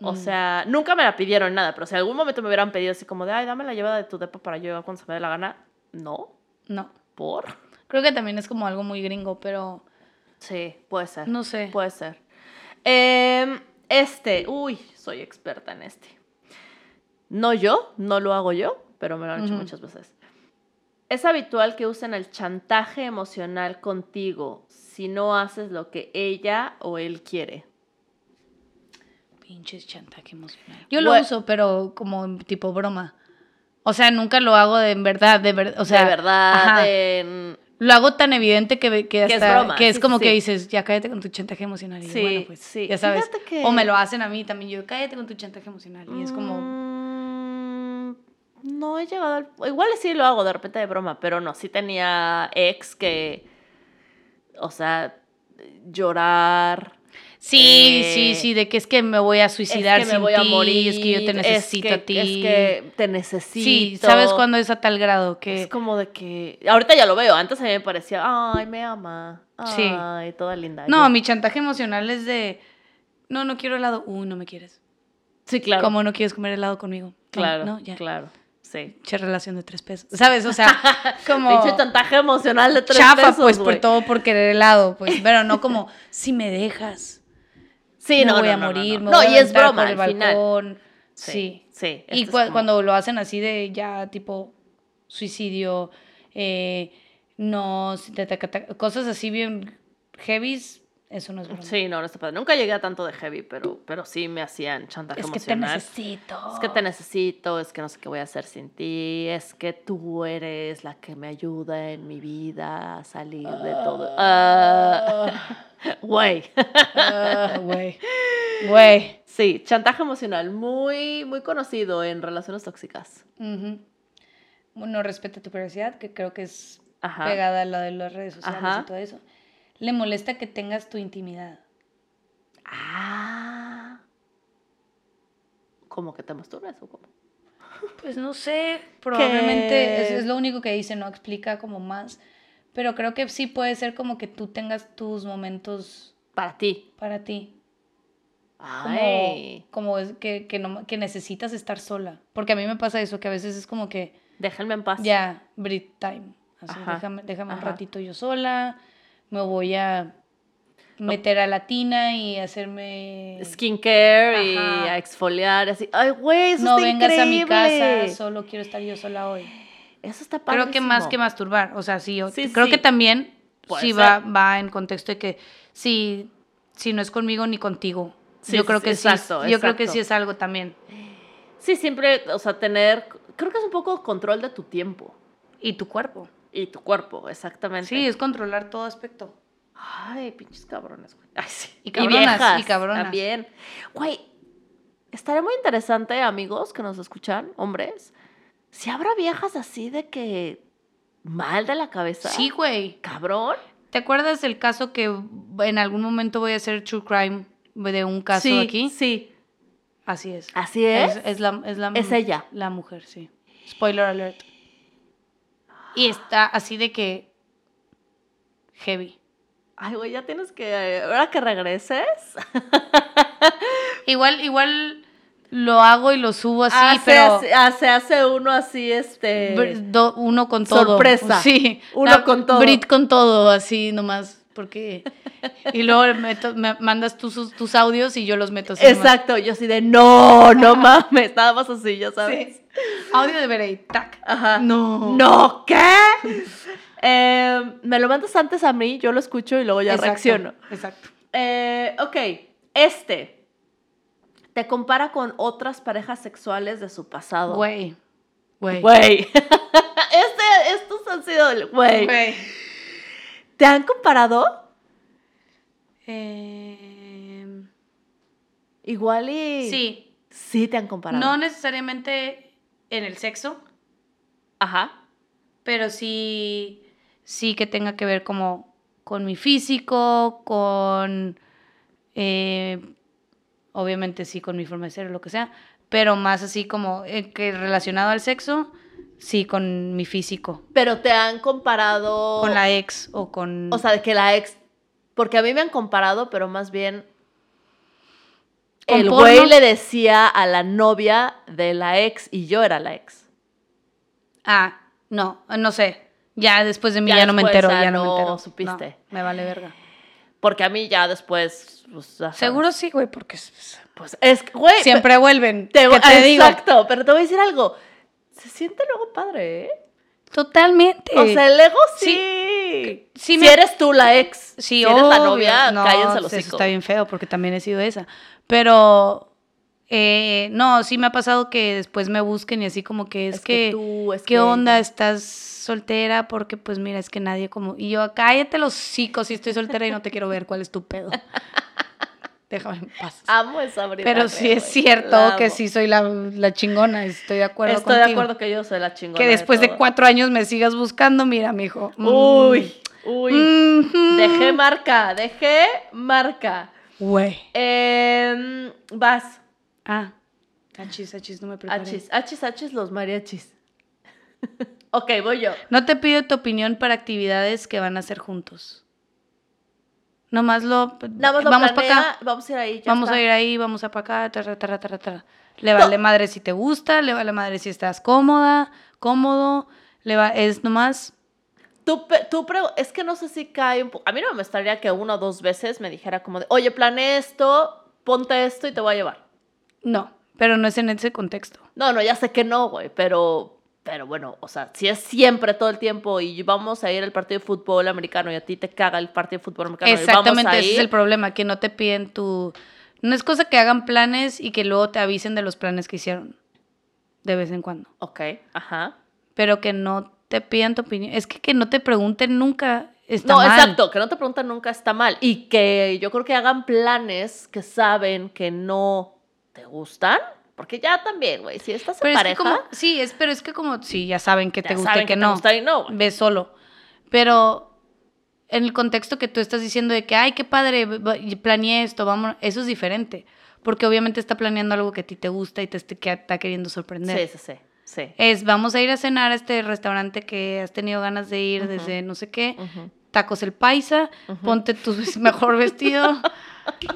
Speaker 2: O
Speaker 3: Mm.
Speaker 2: sea, nunca me la pidieron nada, pero si algún momento me hubieran pedido así como de, ay, dame la llevada de tu depa para yo llegar cuando se me dé la gana, no,
Speaker 3: No.
Speaker 2: por.
Speaker 3: Creo que también es como algo muy gringo, pero
Speaker 2: Sí, puede ser.
Speaker 3: no sé.
Speaker 2: Puede ser. Em, este, uy, soy experta en este. No yo, no lo hago yo, pero me lo han hecho
Speaker 3: Ujú.
Speaker 2: muchas veces. Es habitual que usen el chantaje emocional contigo si no haces lo que ella o él quiere.
Speaker 3: Pinches chantaje emocional. Yo lo
Speaker 2: Güey.
Speaker 3: uso, pero como en tipo broma. O sea, nunca lo hago de en verdad, de verdad. O sea,
Speaker 2: de verdad,
Speaker 3: ajá.
Speaker 2: en-
Speaker 3: Lo hago tan evidente que, ve- que,
Speaker 2: Que es
Speaker 3: hasta-
Speaker 2: broma,
Speaker 3: que es
Speaker 2: sí,
Speaker 3: como
Speaker 2: sí,
Speaker 3: que
Speaker 2: sí.
Speaker 3: dices, ya cállate con tu chantaje emocional. Y yo,
Speaker 2: Sí,
Speaker 3: bueno, pues,
Speaker 2: sí.
Speaker 3: ya sabes.
Speaker 2: Fíjate que-
Speaker 3: O me lo hacen a mí también, yo, cállate con tu chantaje emocional. Y es como,
Speaker 2: Mm, No he llegado al... Igual sí lo hago de repente de broma, pero no, sí tenía ex que... O sea, llorar.
Speaker 3: sí,
Speaker 2: eh,
Speaker 3: sí, sí, de que es que me voy a suicidar
Speaker 2: es que me
Speaker 3: sin
Speaker 2: voy a
Speaker 3: ti,
Speaker 2: morir.
Speaker 3: es que yo te
Speaker 2: es
Speaker 3: necesito
Speaker 2: que-
Speaker 3: a ti.
Speaker 2: Es que te necesito.
Speaker 3: sí, ¿sabes cuándo es a tal grado que...
Speaker 2: Es como de que... Ahorita ya lo veo. Antes a mí me parecía, ay, me ama.
Speaker 3: Sí.
Speaker 2: Ay, toda linda.
Speaker 3: No,
Speaker 2: Yo-
Speaker 3: mi chantaje emocional es de, no, no quiero helado. Uy, no me quieres.
Speaker 2: Sí, claro.
Speaker 3: ¿Cómo no quieres comer helado conmigo? No,
Speaker 2: claro,
Speaker 3: No, ya.
Speaker 2: claro. Sí.
Speaker 3: Che, relación de tres pesos. ¿Sabes? O sea, como...
Speaker 2: Pinche chantaje emocional de tres
Speaker 3: chafa,
Speaker 2: pesos,
Speaker 3: pues,
Speaker 2: güey.
Speaker 3: por todo, por querer helado, pues, pero no como, si me dejas,
Speaker 2: Sí,
Speaker 3: me
Speaker 2: no,
Speaker 3: voy
Speaker 2: no,
Speaker 3: a
Speaker 2: no, no,
Speaker 3: morir,
Speaker 2: no.
Speaker 3: me
Speaker 2: No,
Speaker 3: voy a
Speaker 2: y es
Speaker 3: aventar
Speaker 2: broma
Speaker 3: por el
Speaker 2: al final.
Speaker 3: balcón. Sí.
Speaker 2: Sí. este
Speaker 3: Y pues,
Speaker 2: esto
Speaker 3: cua-
Speaker 2: es como-
Speaker 3: cuando lo hacen así de ya tipo suicidio, eh, no, si te taca- taca- cosas así bien heavies, eso no es broma.
Speaker 2: Sí, no, no está padre. Nunca llegué a tanto de heavy, pero, pero sí me hacían chantaje
Speaker 3: es que te
Speaker 2: emocional.
Speaker 3: necesito.
Speaker 2: es que te necesito, es que no sé qué voy a hacer sin ti, es que tú eres la que me ayuda en mi vida a salir de todo. Ah, Güey.
Speaker 3: Ah, Güey. Güey.
Speaker 2: sí, chantaje emocional, muy, muy conocido en relaciones tóxicas.
Speaker 3: Ujú. No respeta tu privacidad, que creo que es
Speaker 2: Ajá.
Speaker 3: pegada a la de las redes sociales
Speaker 2: Ajá.
Speaker 3: y todo eso. Le molesta que tengas tu intimidad.
Speaker 2: Ah. ¿Cómo que te masturbas o cómo?
Speaker 3: Pues no sé, probablemente es, es lo único que dice, no explica como más. Pero creo que sí puede ser como que tú tengas tus momentos
Speaker 2: Para ti.
Speaker 3: para ti.
Speaker 2: Ay.
Speaker 3: Como, como es que, que, no, que necesitas estar sola. Porque a mí me pasa eso, que a veces es como que
Speaker 2: Déjenme en paz.
Speaker 3: ya, break time. Así,
Speaker 2: Ajá,
Speaker 3: déjame, déjame un
Speaker 2: ajá.
Speaker 3: ratito yo sola, me voy a meter a la tina y hacerme...
Speaker 2: Skincare y
Speaker 3: Ajá.
Speaker 2: a exfoliar, así. Ay, güey, eso
Speaker 3: no
Speaker 2: está
Speaker 3: vengas
Speaker 2: increíble.
Speaker 3: a mi casa, solo quiero estar yo sola hoy.
Speaker 2: Eso está padre.
Speaker 3: Creo que más que masturbar, o sea, sí, yo-
Speaker 2: Sí,
Speaker 3: creo
Speaker 2: sí.
Speaker 3: que también
Speaker 2: Puede
Speaker 3: sí
Speaker 2: ser.
Speaker 3: va, va en contexto de que sí, si no es conmigo ni contigo.
Speaker 2: Sí,
Speaker 3: yo creo
Speaker 2: sí,
Speaker 3: que
Speaker 2: sí, exacto,
Speaker 3: sí, yo creo que
Speaker 2: exacto.
Speaker 3: sí es algo también.
Speaker 2: Sí, siempre, o sea, tener. Creo que es un poco control de tu tiempo
Speaker 3: Y tu cuerpo.
Speaker 2: y tu cuerpo, exactamente.
Speaker 3: Sí, es controlar todo aspecto.
Speaker 2: Ay, pinches cabrones, güey. Ay, sí.
Speaker 3: Y cabronas,
Speaker 2: viejas
Speaker 3: y cabronas.
Speaker 2: También. Güey, estaría muy interesante, amigos que nos escuchan, hombres, si habrá viejas así de que mal de la cabeza.
Speaker 3: Sí, güey.
Speaker 2: Cabrón.
Speaker 3: ¿Te acuerdas el caso que en algún momento voy a hacer true crime de un caso
Speaker 2: sí,
Speaker 3: aquí?
Speaker 2: Sí.
Speaker 3: Así es.
Speaker 2: Así es.
Speaker 3: Es, la, es, la,
Speaker 2: Es ella.
Speaker 3: La mujer, sí. Spoiler alert. Y está así de que heavy.
Speaker 2: Ay, güey, ya tienes que. Ahora que regreses.
Speaker 3: Igual, igual lo hago y lo subo así,
Speaker 2: hace,
Speaker 3: Pues pero
Speaker 2: así- hace, hace uno así, este.
Speaker 3: br- do- uno con todo.
Speaker 2: Sorpresa.
Speaker 3: Sí.
Speaker 2: Uno con todo.
Speaker 3: Brit con todo, así nomás. Porque. Y luego le meto- me mandas tus, tus audios y yo los meto así. nomás.
Speaker 2: Exacto, yo así de no, no mames, nada más así, ya sabes.
Speaker 3: Sí. Audio de Bereit. Tac.
Speaker 2: Ajá.
Speaker 3: No.
Speaker 2: Ah, No, ¿qué? Eh, me lo mandas antes a mí, yo lo escucho y luego ya
Speaker 3: Exacto,
Speaker 2: reacciono.
Speaker 3: Exacto.
Speaker 2: Eh, ok, este te compara con otras parejas sexuales de su pasado.
Speaker 3: Güey. Güey.
Speaker 2: Güey. este, estos han sido, el- güey.
Speaker 3: Güey.
Speaker 2: ¿Te han comparado?
Speaker 3: Eh,
Speaker 2: Igual y...
Speaker 3: sí.
Speaker 2: Sí, te han comparado.
Speaker 3: No necesariamente en el sexo,
Speaker 2: Ajá.
Speaker 3: pero sí, sí que tenga que ver como con mi físico, con, eh, obviamente sí, con mi forma de ser o lo que sea, pero más así como eh, que relacionado al sexo, sí, con mi físico,
Speaker 2: Pero te han comparado...
Speaker 3: con la ex o con...
Speaker 2: O sea, de que la ex. Porque a mí me han comparado, pero más bien.
Speaker 3: ¿Con
Speaker 2: El
Speaker 3: porno?
Speaker 2: güey le decía a la novia de la ex y yo era la ex.
Speaker 3: Ah, no, no sé. Ya después de mí
Speaker 2: Ya
Speaker 3: ya, no me
Speaker 2: después,
Speaker 3: entero,
Speaker 2: ah,
Speaker 3: ya no,
Speaker 2: no
Speaker 3: me entero.
Speaker 2: supiste.
Speaker 3: No, me vale verga.
Speaker 2: Porque a mí ya después. pues, ya sabes.
Speaker 3: Seguro sí, güey, porque s- s-
Speaker 2: Pues es que, güey.
Speaker 3: siempre vuelven.
Speaker 2: Te,
Speaker 3: Te,
Speaker 2: voy-
Speaker 3: te digo.
Speaker 2: exacto, pero te voy a decir algo. Se siente luego padre, ¿eh?
Speaker 3: Totalmente.
Speaker 2: O sea, el ego sí.
Speaker 3: Eh, sí
Speaker 2: si
Speaker 3: me-
Speaker 2: eres tú la ex. si eres la
Speaker 3: obvio.
Speaker 2: novia,
Speaker 3: No, pues,
Speaker 2: cállense los
Speaker 3: Eso está bien feo porque también he sido esa. Pero eh, no, sí me ha pasado que después me busquen y así como que es, que,
Speaker 2: tú, es
Speaker 3: ¿qué
Speaker 2: que
Speaker 3: onda?
Speaker 2: ella.
Speaker 3: ¿Estás soltera? Porque pues mira, es que nadie como... Y yo, cállate los hocicos si estoy soltera y no te quiero ver, ¿cuál es tu pedo? Déjame en paz.
Speaker 2: Amo esa Brita
Speaker 3: Pero
Speaker 2: Ah, Re,
Speaker 3: sí es
Speaker 2: güey,
Speaker 3: cierto
Speaker 2: la
Speaker 3: que
Speaker 2: amo.
Speaker 3: sí soy la, la chingona, estoy de acuerdo
Speaker 2: Estoy de
Speaker 3: contigo.
Speaker 2: acuerdo que yo soy la chingona.
Speaker 3: Que después de
Speaker 2: todo.
Speaker 3: cuatro años me sigas buscando, mira, mijo. Mm.
Speaker 2: Uy, uy.
Speaker 3: Mhm.
Speaker 2: Dejé marca, dejé marca.
Speaker 3: Güey.
Speaker 2: Em, vas.
Speaker 3: Ah. Achis, achis, no me preparé.
Speaker 2: Achis, achis, achis, los mariachis. ok, voy yo.
Speaker 3: No te pido tu opinión para actividades que van a hacer juntos. Nomás lo...
Speaker 2: Nada más lo
Speaker 3: vamos para
Speaker 2: planea,
Speaker 3: acá.
Speaker 2: Vamos a ir ahí. ya
Speaker 3: Vamos
Speaker 2: está.
Speaker 3: a ir ahí, vamos a para acá, tarra, tarra, tarra, tarra. Le vale madre si te gusta, le vale madre si estás cómoda, cómodo. Le va, es nomás...
Speaker 2: Tú, pe- tú pre- es que no sé si cae un poco. A mí no me gustaría que una o dos veces me dijera como de, oye, planeé esto, ponte esto y te voy a llevar.
Speaker 3: No, pero no es en ese contexto.
Speaker 2: No, no, ya sé que no, güey, pero, Pero bueno, o sea, si es siempre todo el tiempo y vamos a ir al partido de fútbol americano y a ti te caga el partido de fútbol americano. y vamos
Speaker 3: Exactamente,
Speaker 2: a
Speaker 3: ese es
Speaker 2: ir,
Speaker 3: el problema, que no te piden tu... No es cosa que hagan planes y que luego te avisen de los planes que hicieron, de vez en cuando,
Speaker 2: Ok, ajá.
Speaker 3: pero que no te pidan tu opinión. Es que que no te pregunten nunca está
Speaker 2: No,
Speaker 3: mal.
Speaker 2: exacto, que no te preguntan nunca está mal. Y que yo creo que hagan planes que saben que no te gustan. Porque ya también, güey, si estás en
Speaker 3: Pero es
Speaker 2: pareja,
Speaker 3: que como, sí, es, pero es que como, sí, ya saben que
Speaker 2: ya
Speaker 3: te gusta
Speaker 2: saben
Speaker 3: y que, no.
Speaker 2: te gusta y no. güey.
Speaker 3: Ve solo. Pero en el contexto que tú estás diciendo de que, ay, qué padre, b- b- planeé esto, vamos, eso es diferente. Porque obviamente está planeando algo que a ti te gusta y te este- que está queriendo sorprender.
Speaker 2: Sí, sí, sí. sí.
Speaker 3: Es, vamos a ir a cenar a este restaurante que has tenido ganas de ir
Speaker 2: Ujú.
Speaker 3: desde no sé qué.
Speaker 2: Ujú.
Speaker 3: Tacos el paisa, ponte tu mejor vestido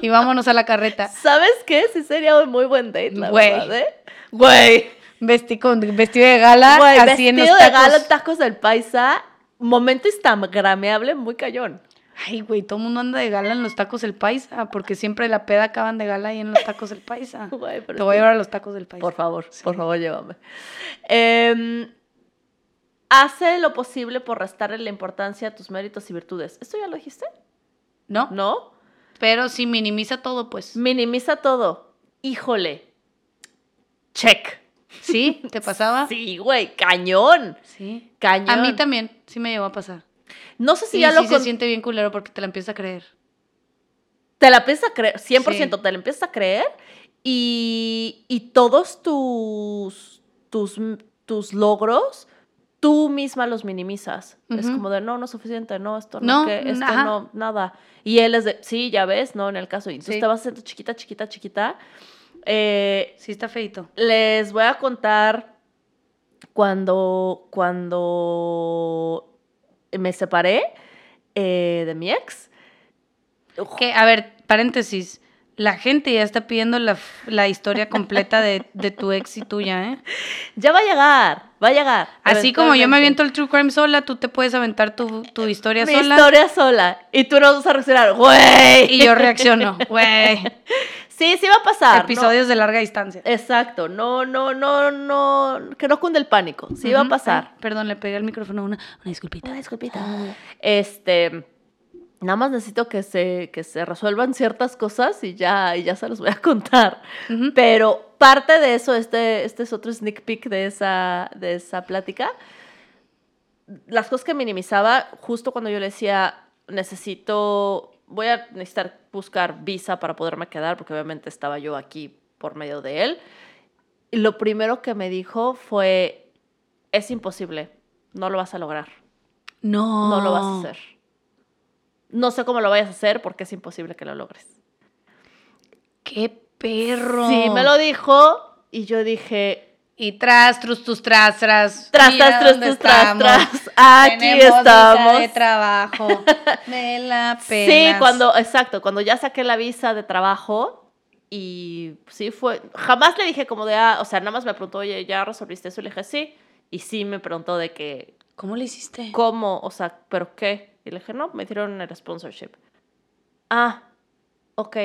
Speaker 3: y vámonos a la carreta.
Speaker 2: ¿Sabes qué? Sí sería un muy buen date, la
Speaker 3: Güey.
Speaker 2: verdad, ¿eh? Güey.
Speaker 3: Vesti con vestido de gala,
Speaker 2: Güey,
Speaker 3: así
Speaker 2: vestido
Speaker 3: en los
Speaker 2: de
Speaker 3: tacos.
Speaker 2: gala, tacos del paisa, momento instagrameable muy callón.
Speaker 3: Ay, güey, todo el mundo anda de gala en los tacos del paisa, porque siempre la peda acaban de gala ahí en los tacos del paisa.
Speaker 2: Güey, pero
Speaker 3: Te voy a
Speaker 2: sí.
Speaker 3: llevar a los tacos del paisa.
Speaker 2: Por favor,
Speaker 3: Sí.
Speaker 2: por favor, llévame. Em, hace lo posible por restarle la importancia a tus méritos y virtudes. ¿Esto ya lo dijiste?
Speaker 3: ¿No?
Speaker 2: ¿No? Mm.
Speaker 3: Pero si minimiza todo, pues.
Speaker 2: Minimiza todo. Híjole. Check.
Speaker 3: ¿Sí? ¿Te pasaba?
Speaker 2: Sí, güey, cañón.
Speaker 3: Sí.
Speaker 2: Cañón.
Speaker 3: Ah. A mí también, sí me llegó a pasar.
Speaker 2: No sé si
Speaker 3: y
Speaker 2: ya
Speaker 3: sí
Speaker 2: lo
Speaker 3: se
Speaker 2: con-
Speaker 3: siente bien culero porque te la empiezas a creer.
Speaker 2: Te la empiezas a creer, 100%
Speaker 3: Sí.
Speaker 2: te la empiezas a creer y, y todos tus, tus, tus logros, tú misma los minimizas. Es
Speaker 3: Ujú.
Speaker 2: como de, no, no es suficiente, no, esto no,
Speaker 3: No,
Speaker 2: que, esto
Speaker 3: ajá.
Speaker 2: no, nada. Y él es de, sí, ya ves, no, en el caso. Y tú
Speaker 3: Sí.
Speaker 2: te vas haciendo chiquita, chiquita, chiquita. Eh,
Speaker 3: Sí, está feito.
Speaker 2: les voy a contar cuando, cuando me separé eh, de mi ex.
Speaker 3: Que, a ver, paréntesis. La gente ya está pidiendo la, f- la historia completa de, de tu ex y tuya, ¿eh?
Speaker 2: Ya va a llegar, va a llegar.
Speaker 3: Así como yo me aviento
Speaker 2: eventualmente.
Speaker 3: el true crime sola, tú te puedes aventar tu, tu historia
Speaker 2: mi
Speaker 3: sola.
Speaker 2: historia sola. Y tú no vas a reaccionar, güey.
Speaker 3: Y yo reacciono, güey.
Speaker 2: Sí, sí va a pasar. Ah, ¿no? Eh,
Speaker 3: Episodios de larga distancia.
Speaker 2: Exacto, no, no, no, no, que no cunde el pánico, sí va a
Speaker 3: Ujú.
Speaker 2: pasar.
Speaker 3: Ay, perdón, le pegué al micrófono una, una disculpita.
Speaker 2: Una disculpita. Este, nada más necesito que se, que se resuelvan ciertas cosas y ya, y ya se los voy a contar.
Speaker 3: Ujú.
Speaker 2: Pero parte de eso, este, este es otro sneak peek de esa, de esa plática. Las cosas que minimizaba, justo cuando yo le decía, necesito, voy a necesitar buscar visa para poderme quedar, porque obviamente estaba yo aquí por medio de él. Y lo primero que me dijo fue, es imposible, no lo vas a lograr,
Speaker 3: No.
Speaker 2: no lo vas a hacer. No sé cómo lo vayas a hacer porque es imposible que lo logres.
Speaker 3: Qué perro.
Speaker 2: Sí, me lo dijo y yo dije,
Speaker 3: Y tras, trus, tus, tras, tras.
Speaker 2: Tras,
Speaker 3: Mira
Speaker 2: tras, tras,
Speaker 3: dónde
Speaker 2: tras, tras,
Speaker 3: estamos.
Speaker 2: tras. Aquí
Speaker 3: Tenemos visa
Speaker 2: estamos.
Speaker 3: de trabajo. Me la
Speaker 2: Sí,
Speaker 3: pelas.
Speaker 2: cuando, exacto, cuando ya saqué la visa de trabajo y sí fue, jamás le dije como de, ah, o sea, nada más me preguntó, oye, ¿ya resolviste eso? Y le dije, sí. Y sí me preguntó de que,
Speaker 3: ¿Cómo le hiciste?
Speaker 2: ¿cómo? O sea, ¿pero qué? Y le dije, no, me dieron el sponsorship. Ah, ok.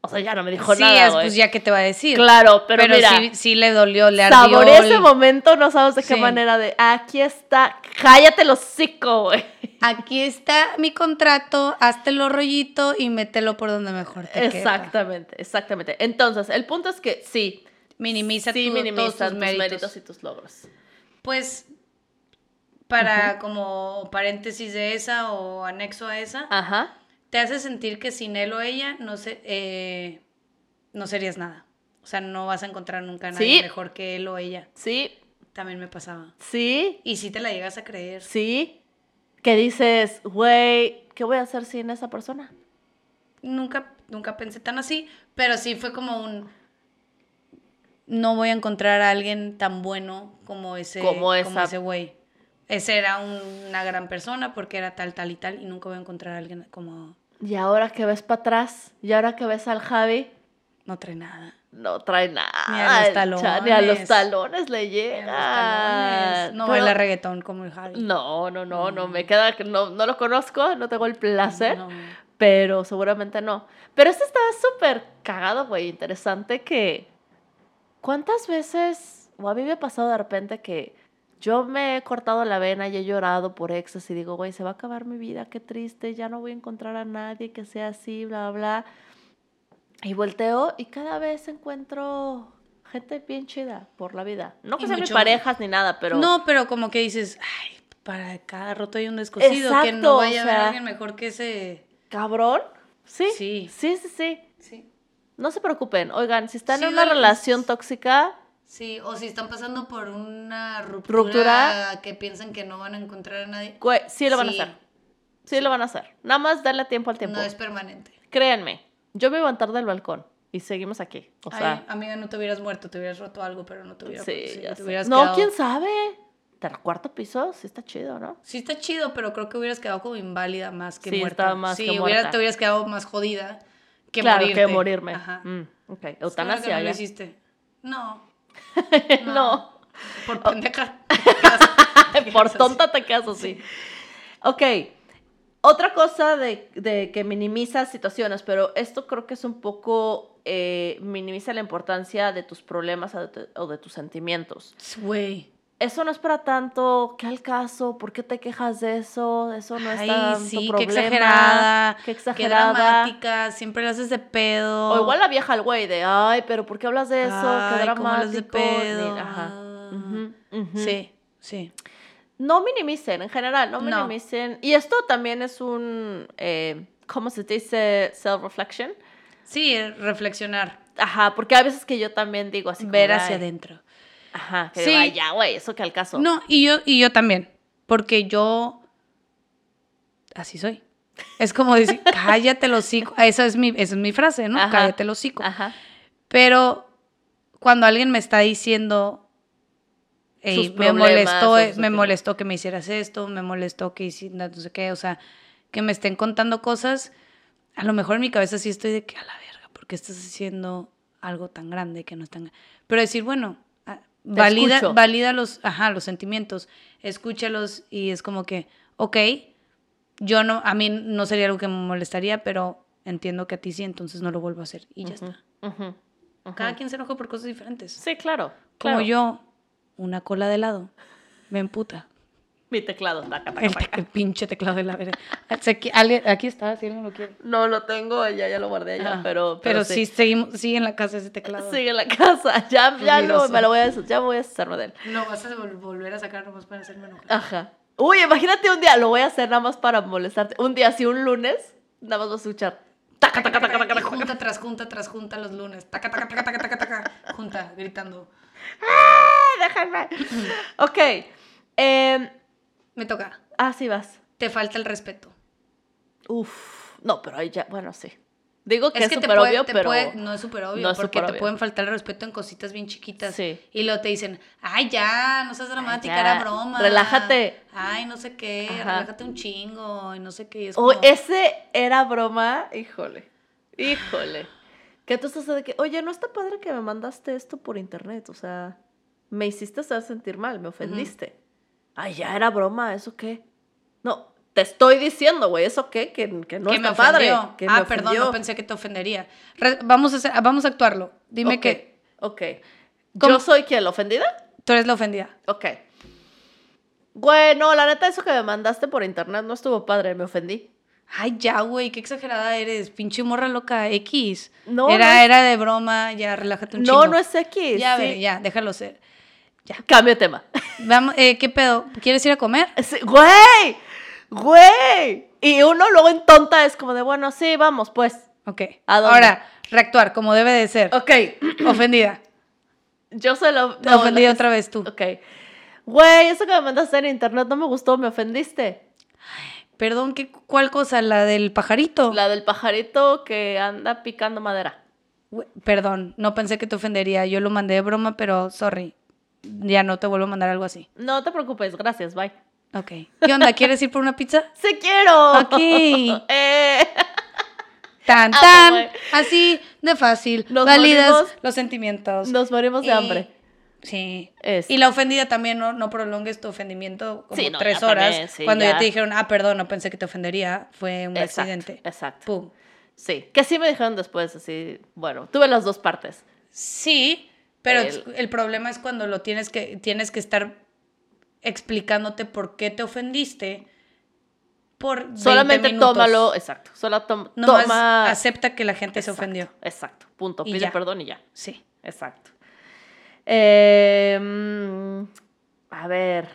Speaker 2: O sea, ya no me dijo
Speaker 3: sí,
Speaker 2: nada,
Speaker 3: es,
Speaker 2: güey.
Speaker 3: pues ya que te va a decir.
Speaker 2: Claro, pero,
Speaker 3: pero
Speaker 2: mira,
Speaker 3: sí, sí le dolió, le ardió.
Speaker 2: saboreé
Speaker 3: el-
Speaker 2: ese momento, no sabes de qué
Speaker 3: Sí.
Speaker 2: manera de, aquí está, cállate los hocico, güey.
Speaker 3: Aquí está mi contrato, háztelo rollito y mételo por donde mejor te quepa.
Speaker 2: Exactamente, exactamente. Entonces, el punto es que sí.
Speaker 3: Minimiza
Speaker 2: sí
Speaker 3: tu- todos tus,
Speaker 2: minimizas tus méritos.
Speaker 3: méritos.
Speaker 2: y tus logros.
Speaker 3: Pues, para como paréntesis de esa o anexo a esa,
Speaker 2: Ajá.
Speaker 3: te hace sentir que sin él o ella no, se, eh, no serías nada. O sea, no vas a encontrar nunca a nadie
Speaker 2: Sí.
Speaker 3: mejor que él o ella.
Speaker 2: Sí,
Speaker 3: También me pasaba.
Speaker 2: sí,
Speaker 3: Y si te la llegas a creer.
Speaker 2: sí. Que dices, güey, ¿qué voy a hacer sin esa persona?
Speaker 3: Nunca, nunca pensé tan así, pero sí fue como un... No voy a encontrar a alguien tan bueno como ese
Speaker 2: Como
Speaker 3: como
Speaker 2: esa-
Speaker 3: ese güey. Ese era un- una gran persona porque era tal, tal y tal y nunca voy a encontrar a alguien como...
Speaker 2: Y ahora que ves para atrás, y ahora que ves al Javi,
Speaker 3: No trae nada.
Speaker 2: no trae nada.
Speaker 3: Ni a los
Speaker 2: el cha- Ni a los
Speaker 3: talones.
Speaker 2: talones le
Speaker 3: Mira los
Speaker 2: llega.
Speaker 3: talones, No
Speaker 2: Ah, Pero-
Speaker 3: baila reggaetón como el Javi.
Speaker 2: No, no, no, no,
Speaker 3: No.
Speaker 2: me queda que no, no lo conozco, no tengo el placer.
Speaker 3: No, no.
Speaker 2: pero seguramente no. Pero este está súper cagado, güey, interesante que... ¿Cuántas veces, o a mí me ha pasado de repente que Yo me he cortado la vena y he llorado por exes y digo, güey, se va a acabar mi vida, qué triste, ya no voy a encontrar a nadie que sea así, bla, bla. Y volteo y cada vez encuentro gente bien chida por la vida. No que
Speaker 3: Y
Speaker 2: sean mis
Speaker 3: mucho-
Speaker 2: parejas ni nada, pero...
Speaker 3: No, pero como que dices, ay, para cada roto hay un descosido, que
Speaker 2: Exacto,
Speaker 3: no vaya
Speaker 2: o
Speaker 3: a haber
Speaker 2: sea.
Speaker 3: alguien mejor que ese.
Speaker 2: ¿Cabrón? Sí.
Speaker 3: Sí.
Speaker 2: Sí, sí, sí.
Speaker 3: Sí.
Speaker 2: No se preocupen. Oigan, si están
Speaker 3: Sí,
Speaker 2: en una
Speaker 3: duele.
Speaker 2: relación tóxica,
Speaker 3: Sí, o si están pasando por una ruptura,
Speaker 2: Ruptura.
Speaker 3: que piensan que no van a encontrar a nadie,
Speaker 2: güey, sí lo van
Speaker 3: Sí.
Speaker 2: a hacer. Sí, lo van a hacer. Nada más darle tiempo al tiempo.
Speaker 3: no es permanente.
Speaker 2: Créanme, yo me iba a aventar del balcón y seguimos aquí. O sea,
Speaker 3: Ay, ah, amiga, no te hubieras muerto, te hubieras roto algo, pero no te hubieras
Speaker 2: sí, ya sé.
Speaker 3: te hubieras
Speaker 2: No,
Speaker 3: quedado-
Speaker 2: quién sabe. Ter cuarto piso, sí está chido, ¿no?
Speaker 3: Sí está chido, pero creo que hubieras quedado como inválida más que
Speaker 2: Sí,
Speaker 3: muerta.
Speaker 2: estaba más
Speaker 3: sí,
Speaker 2: que
Speaker 3: hubieras-
Speaker 2: muerta.
Speaker 3: te hubieras quedado más jodida que
Speaker 2: claro,
Speaker 3: morirte.
Speaker 2: que morirme.
Speaker 3: Ajá.
Speaker 2: Mm, ok,
Speaker 3: Es que bueno que
Speaker 2: eutanasia.
Speaker 3: no lo
Speaker 2: ya.
Speaker 3: hiciste. No.
Speaker 2: no.
Speaker 3: Por pendeja.
Speaker 2: Oh. Por tonta te quedas así. Ok. Otra cosa de, de que minimiza situaciones, pero esto creo que es un poco. eh, minimiza la importancia de tus problemas o de, tu- o de tus sentimientos.
Speaker 3: Güey.
Speaker 2: Eso no es para tanto, ¿qué al caso? ¿Por qué te quejas de eso? Eso no es
Speaker 3: Ay,
Speaker 2: tanto
Speaker 3: sí, qué
Speaker 2: problema.
Speaker 3: exagerada.
Speaker 2: Qué
Speaker 3: Qué
Speaker 2: exagerada.
Speaker 3: dramática. Siempre la haces de pedo.
Speaker 2: O igual la vieja al güey de, ay, pero ¿por qué hablas de eso? qué
Speaker 3: Ay, cómo
Speaker 2: dramático.
Speaker 3: las de pedo. Ah.
Speaker 2: Ni- Ajá. Ujú, ujú.
Speaker 3: Sí, sí.
Speaker 2: No minimicen, en general, no
Speaker 3: No.
Speaker 2: minimicen. Y esto también es un, eh, ¿cómo se dice? Self-reflection.
Speaker 3: Sí, eh, reflexionar.
Speaker 2: Ajá, porque a veces que yo también digo así. como,
Speaker 3: ver
Speaker 2: "Ay".
Speaker 3: hacia adentro.
Speaker 2: Ajá, que
Speaker 3: Sí.
Speaker 2: digo, "Ay, ya, güey, eso que al caso.
Speaker 3: No, y yo, y yo también. Porque yo. Así soy. Es como decir, cállate el hocico. Esa es mi, esa es mi frase, ¿no?
Speaker 2: Ajá.
Speaker 3: Cállate el hocico.
Speaker 2: Ajá.
Speaker 3: Pero cuando alguien me está diciendo, "Ey,
Speaker 2: Sus
Speaker 3: me
Speaker 2: problemas,
Speaker 3: molestó,
Speaker 2: o
Speaker 3: eh,
Speaker 2: sus
Speaker 3: me
Speaker 2: opiniones".
Speaker 3: molestó que me hicieras esto, me molestó que hicieras no sé qué, o sea, que me estén contando cosas, a lo mejor en mi cabeza sí estoy de que a la verga, porque estás haciendo algo tan grande que no es tan... gra-". Pero decir, bueno, ah, valida,
Speaker 2: escucho.
Speaker 3: valida los, ajá, los sentimientos, escúchalos y es como que, ok, yo no, a mí no sería algo que me molestaría, pero entiendo que a ti sí, entonces no lo vuelvo a hacer y ya está.
Speaker 2: Ujú, ujú.
Speaker 3: Cada quien se enoja por cosas diferentes.
Speaker 2: Sí, claro.
Speaker 3: Como
Speaker 2: claro.
Speaker 3: yo, una cola de helado. Me emputa.
Speaker 2: Mi teclado. taca, taca,
Speaker 3: El,
Speaker 2: taca. Ah,
Speaker 3: el pinche teclado de la verga. Aquí, alguien- aquí está, si alguien lo quiere.
Speaker 2: No lo tengo, ya, ya lo guardé allá,
Speaker 3: Ah,
Speaker 2: pero,
Speaker 3: pero, sí,
Speaker 2: sí.
Speaker 3: seguimos, sigue en la casa ese teclado.
Speaker 2: Sigue en la casa. Ya, ya lo-
Speaker 3: Ruidoso.
Speaker 2: me lo voy a, des- ya voy a deshacerme de él.
Speaker 3: Lo vas a volver a sacar nomás para hacerme enojar.
Speaker 2: Ajá. Uy, imagínate un día, lo voy a hacer nada más para molestarte. Un día, si un lunes, nada más vas a escuchar. Taca, taca, taca, taca, taca.
Speaker 3: junta tras junta tras junta los lunes. Taca, taca, taca, taca, taca, taca. Junta, gritando.
Speaker 2: ¡Ay, déjame! Ok. em,
Speaker 3: Me toca.
Speaker 2: ah, sí vas.
Speaker 3: Te falta el respeto.
Speaker 2: Uf. No, pero ahí ya, bueno, sí. Digo que
Speaker 3: Es
Speaker 2: es
Speaker 3: que te
Speaker 2: súper
Speaker 3: puede-
Speaker 2: obvio,
Speaker 3: te
Speaker 2: pero.
Speaker 3: puede- no es súper obvio,
Speaker 2: no es
Speaker 3: porque
Speaker 2: superobvio.
Speaker 3: te pueden faltar el respeto en cositas bien chiquitas.
Speaker 2: Sí.
Speaker 3: Y luego te dicen, ay, ya, no seas dramática,
Speaker 2: ya,
Speaker 3: era broma.
Speaker 2: relájate".
Speaker 3: Ay, no sé qué,
Speaker 2: Ajá.
Speaker 3: relájate un chingo, y no sé qué. y es
Speaker 2: O
Speaker 3: como,
Speaker 2: ese era broma, híjole. Híjole. Que tú estás de que, oye, no está padre que me mandaste esto por internet, o sea, me hiciste hacer sentir mal, me ofendiste. Ay, ya era broma, ¿eso qué? No, te estoy diciendo, güey, ¿eso qué? Que, que no
Speaker 3: que me
Speaker 2: está padre.
Speaker 3: ofendió.
Speaker 2: que
Speaker 3: ah,
Speaker 2: me
Speaker 3: perdón,
Speaker 2: ofendió".
Speaker 3: no pensé que te ofendería. Re- vamos, a hacer- vamos a actuarlo. Dime
Speaker 2: Ok,
Speaker 3: que
Speaker 2: Ok. ¿Yo
Speaker 3: ¿Cómo?
Speaker 2: soy quién, la ofendida?
Speaker 3: tú eres la ofendida.
Speaker 2: Ok. Güey, no, la neta, eso que me mandaste por internet no estuvo padre, me ofendí.
Speaker 3: Ay, ya, güey, qué exagerada eres, pinche morra loca, X.
Speaker 2: No,
Speaker 3: era,
Speaker 2: no es-
Speaker 3: era de broma, ya, relájate un chingo.
Speaker 2: No, no es X.
Speaker 3: Ya, a
Speaker 2: sí.
Speaker 3: ver, ya, déjalo ser.
Speaker 2: Cambio de tema.
Speaker 3: Vamos, eh, ¿qué pedo? ¿Quieres ir a comer?
Speaker 2: Sí, güey, güey. Y uno luego en tonta es como de, bueno, sí, vamos, pues.
Speaker 3: Ok.
Speaker 2: ¿A dónde?
Speaker 3: Ahora, reactuar como debe de ser.
Speaker 2: Ok,
Speaker 3: Ofendida.
Speaker 2: yo se lo...
Speaker 3: Te ofendí otra vez tú.
Speaker 2: Ok. Güey, eso que me mandaste en internet no me gustó, me ofendiste.
Speaker 3: Perdón, ¿qué, ¿cuál cosa? ¿La del pajarito?
Speaker 2: La del pajarito que anda picando madera.
Speaker 3: Güey, Perdón, no pensé que te ofendería. Yo lo mandé de broma, pero sorry. Ya no te vuelvo a mandar algo así.
Speaker 2: No te preocupes, gracias, bye.
Speaker 3: Ok. ¿Qué onda? ¿Quieres ir por una pizza?
Speaker 2: ¡Se quiero!
Speaker 3: Ok.
Speaker 2: Eh,
Speaker 3: Tan,
Speaker 2: Ah,
Speaker 3: tan.
Speaker 2: güey.
Speaker 3: Así de fácil.
Speaker 2: Nos
Speaker 3: Validas
Speaker 2: morimos.
Speaker 3: los sentimientos.
Speaker 2: nos morimos de
Speaker 3: Y-
Speaker 2: hambre.
Speaker 3: Sí.
Speaker 2: Es.
Speaker 3: Y la ofendida también, no, no prolongues tu ofendimiento como
Speaker 2: Sí, no,
Speaker 3: tres
Speaker 2: ya
Speaker 3: horas.
Speaker 2: también, sí,
Speaker 3: cuando ya.
Speaker 2: ya.
Speaker 3: te dijeron, ah, perdón, no pensé que te ofendería, fue un
Speaker 2: Exacto,
Speaker 3: accidente.
Speaker 2: exacto.
Speaker 3: Pum.
Speaker 2: Sí, que sí me dijeron después, así, bueno, tuve las dos partes.
Speaker 3: Sí, pero
Speaker 2: El-
Speaker 3: el, problema es cuando lo tienes que, tienes que estar explicándote por qué te ofendiste por 20
Speaker 2: Solamente
Speaker 3: minutos.
Speaker 2: tómalo, exacto. Solo tom-
Speaker 3: Nomás
Speaker 2: toma.
Speaker 3: acepta que la gente se
Speaker 2: Exacto,
Speaker 3: ofendió.
Speaker 2: Exacto. Punto.
Speaker 3: Y
Speaker 2: Pide
Speaker 3: ya.
Speaker 2: perdón y ya.
Speaker 3: Sí.
Speaker 2: Exacto. Eh, mm, a ver.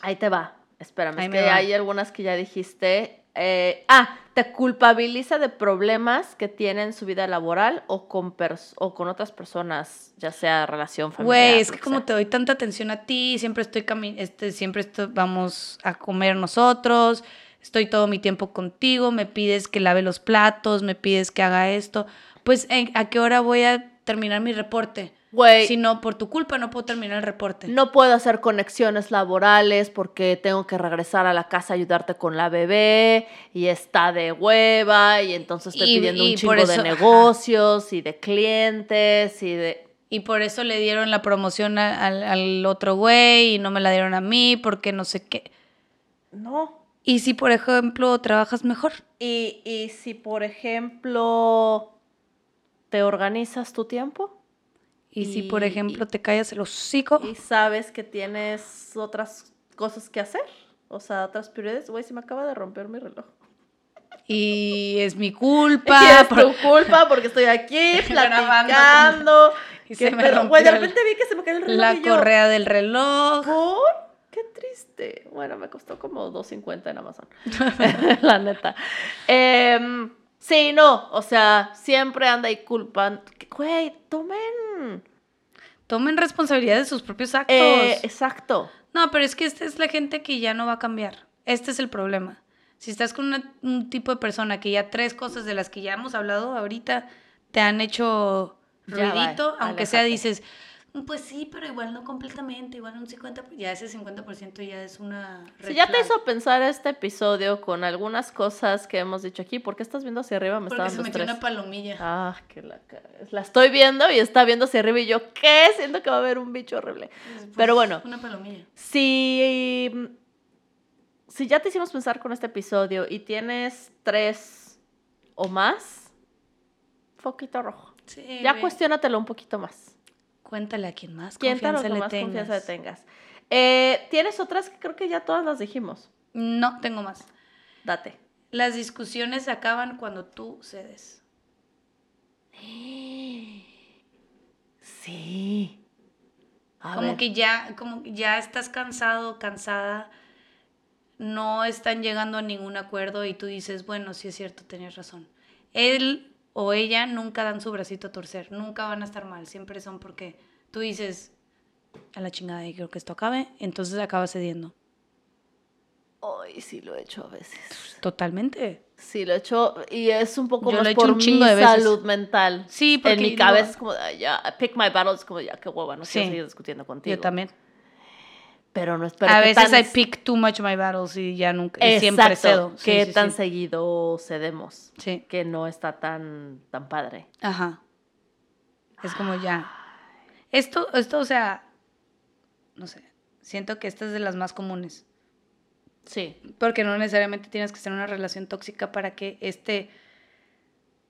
Speaker 2: Ahí te va. Espérame,
Speaker 3: Ahí
Speaker 2: es
Speaker 3: me
Speaker 2: que
Speaker 3: va.
Speaker 2: hay algunas que ya dijiste. Eh, ah, te culpabiliza de problemas que tiene en su vida laboral o con, pers- o con otras personas, ya sea relación familiar.
Speaker 3: Güey, es
Speaker 2: lo
Speaker 3: que como
Speaker 2: sea.
Speaker 3: te doy tanta atención a ti, siempre estoy cami este, siempre esto- vamos a comer nosotros, estoy todo mi tiempo contigo, me pides que lave los platos, me pides que haga esto, pues ¿en- ¿a qué hora voy a terminar mi reporte?
Speaker 2: Güey,
Speaker 3: Si no, por tu culpa no puedo terminar el reporte.
Speaker 2: no puedo hacer conexiones laborales porque tengo que regresar a la casa a ayudarte con la bebé y está de hueva y entonces estoy
Speaker 3: Y-
Speaker 2: pidiendo
Speaker 3: y
Speaker 2: un
Speaker 3: por
Speaker 2: chingo
Speaker 3: eso-
Speaker 2: de
Speaker 3: ajá.
Speaker 2: negocios y de clientes y de...
Speaker 3: Y por eso le dieron la promoción a- al, al otro güey y no me la dieron a mí porque no sé qué.
Speaker 2: No.
Speaker 3: Y si, por ejemplo, trabajas mejor.
Speaker 2: Y, y si, por ejemplo, te organizas tu tiempo
Speaker 3: Y, si, por
Speaker 2: Y-
Speaker 3: ejemplo, te callas el hocico.
Speaker 2: y sabes que tienes otras cosas que hacer, o sea, otras prioridades, güey, se me acaba de romper mi reloj.
Speaker 3: Y es mi
Speaker 2: Y
Speaker 3: culpa.
Speaker 2: es
Speaker 3: por-
Speaker 2: tu culpa porque estoy aquí
Speaker 3: Grabando.
Speaker 2: platicando.
Speaker 3: Y
Speaker 2: que-
Speaker 3: se me
Speaker 2: pero, güey, de
Speaker 3: rompió
Speaker 2: repente vi que se me cayó el reloj.
Speaker 3: la
Speaker 2: y yo,
Speaker 3: correa del reloj.
Speaker 2: ¿Por? Qué triste. Bueno, me costó como 2.50 en Amazon. la neta. Em, sí, no. O sea, siempre anda ahí culpando. Güey, tomen.
Speaker 3: Tomen responsabilidad de sus propios actos.
Speaker 2: Eh, exacto.
Speaker 3: No, pero es que esta es la gente que ya no va a cambiar. Este es el problema. Si estás con una- un tipo de persona que ya tres cosas de las que ya hemos hablado ahorita te han hecho
Speaker 2: Ya, bye,
Speaker 3: ruidito, aunque sea
Speaker 2: aléjate.
Speaker 3: dices, pues sí, pero igual no completamente, igual un 50%, ya ese 50% ya es una...
Speaker 2: Si
Speaker 3: red
Speaker 2: ya te
Speaker 3: flag.
Speaker 2: hizo pensar este episodio con algunas cosas que hemos dicho aquí, ¿por qué estás viendo hacia arriba? Me está
Speaker 3: Porque se
Speaker 2: dando
Speaker 3: metió
Speaker 2: estrés.
Speaker 3: una palomilla.
Speaker 2: Ah, que la cara. La estoy viendo y está viendo hacia arriba y yo, ¿qué? Siento que va a haber un bicho horrible.
Speaker 3: Pues,
Speaker 2: pero bueno.
Speaker 3: Una palomilla.
Speaker 2: Si, mm, si ya te hicimos pensar con este episodio y tienes tres o más, foquito rojo.
Speaker 3: Sí,
Speaker 2: Ya
Speaker 3: güey.
Speaker 2: cuestiónatelo un poquito más.
Speaker 3: Cuéntale a quien más
Speaker 2: Cuéntalo
Speaker 3: confianza
Speaker 2: con
Speaker 3: le
Speaker 2: más
Speaker 3: tengas.
Speaker 2: confianza le tengas. Eh, Tienes otras que creo que ya todas las dijimos.
Speaker 3: No, tengo más.
Speaker 2: Date.
Speaker 3: Las discusiones acaban cuando tú cedes.
Speaker 2: Sí. A
Speaker 3: como
Speaker 2: ver.
Speaker 3: que ya, como que ya estás cansado, cansada, no están llegando a ningún acuerdo y tú dices, bueno, sí es cierto, tenías razón. Él o ella nunca dan su bracito a torcer, nunca van a estar mal, siempre son porque tú dices, a la chingada, y creo que esto acabe, entonces acaba cediendo.
Speaker 2: Ay, sí lo he hecho a veces.
Speaker 3: Totalmente.
Speaker 2: Sí, lo he hecho y es un poco
Speaker 3: Yo lo
Speaker 2: más
Speaker 3: he hecho
Speaker 2: por
Speaker 3: un chingo
Speaker 2: mi
Speaker 3: de veces.
Speaker 2: salud mental.
Speaker 3: Sí, porque
Speaker 2: en mi
Speaker 3: digo-
Speaker 2: cabeza es como, "Ay, ya, pick my battles, como ya, qué hueva, no quiero
Speaker 3: Sí.
Speaker 2: seguir discutiendo contigo.
Speaker 3: Yo también.
Speaker 2: Pero no espero
Speaker 3: a
Speaker 2: que
Speaker 3: veces
Speaker 2: tan-
Speaker 3: I pick too much my battles y ya nunca, y
Speaker 2: Exacto,
Speaker 3: siempre cedo. Sí,
Speaker 2: que
Speaker 3: sí,
Speaker 2: tan
Speaker 3: sí.
Speaker 2: seguido cedemos,
Speaker 3: Sí.
Speaker 2: que no está tan, tan padre.
Speaker 3: Ajá. Es como ya. Esto, esto, o sea, no sé. Siento que esta es de las más comunes.
Speaker 2: Sí,
Speaker 3: Porque no necesariamente tienes que ser una relación tóxica para que este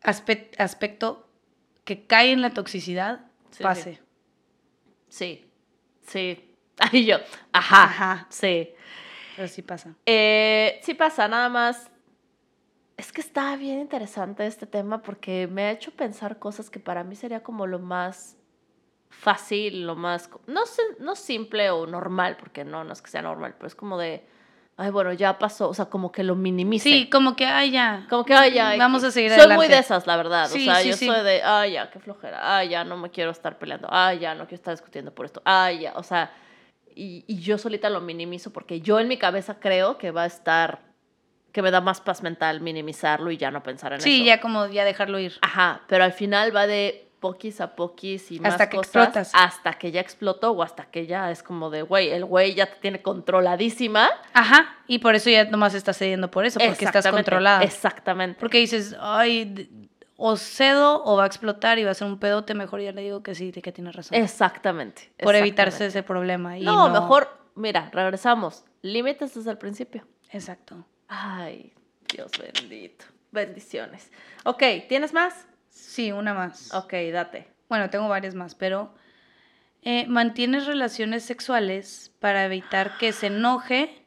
Speaker 3: aspe- aspecto que cae en la toxicidad
Speaker 2: Sí,
Speaker 3: pase.
Speaker 2: sí, sí. Ahí yo, ajá,
Speaker 3: Ajá.
Speaker 2: sí.
Speaker 3: Pero sí pasa.
Speaker 2: Eh, sí pasa, nada más. Es que está bien interesante este tema porque me ha hecho pensar cosas que para mí sería como lo más fácil, lo más, co- no, sé, no simple o normal, porque no, no es que sea normal, pero es como de, ay, bueno, ya pasó, o sea, como que lo minimice.
Speaker 3: Sí, como que, ay, ya.
Speaker 2: Como que, ay, ya. ay,
Speaker 3: Mm, Vamos
Speaker 2: que-
Speaker 3: a seguir
Speaker 2: Soy
Speaker 3: adelante.
Speaker 2: muy de esas, la verdad.
Speaker 3: Sí,
Speaker 2: o sea,
Speaker 3: sí,
Speaker 2: yo
Speaker 3: sí.
Speaker 2: soy de, ay, ya, qué flojera. Ay, ya, no me quiero estar peleando. Ay, ya, no quiero estar discutiendo por esto. Ay, ya. O sea, y, y yo solita lo minimizo porque yo en mi cabeza creo que va a estar, que me da más paz mental minimizarlo y ya no pensar en eso.
Speaker 3: Sí, ya como ya dejarlo ir.
Speaker 2: Ajá, pero al final va de poquis a poquis y más
Speaker 3: Hasta que
Speaker 2: cosas,
Speaker 3: explotas.
Speaker 2: Hasta que ya explotó o hasta que ya es como de, güey, el güey ya te tiene controladísima.
Speaker 3: Ajá. Y por eso ya nomás estás cediendo por eso, porque estás
Speaker 2: Exactamente,
Speaker 3: controlada.
Speaker 2: Exactamente.
Speaker 3: Porque dices, ay, d- o cedo o va a explotar y va a ser un pedote, mejor ya le digo que sí, de que tiene razón.
Speaker 2: Exactamente.
Speaker 3: por
Speaker 2: exactamente.
Speaker 3: evitarse ese problema. Y
Speaker 2: No, mejor, mira, regresamos. Límites desde el principio.
Speaker 3: Exacto.
Speaker 2: Ay, Dios bendito. Bendiciones. Ok, ¿tienes más?
Speaker 3: Sí, una más.
Speaker 2: Ok, date.
Speaker 3: Bueno, tengo varias más, pero eh, mantienes relaciones sexuales para evitar que se enoje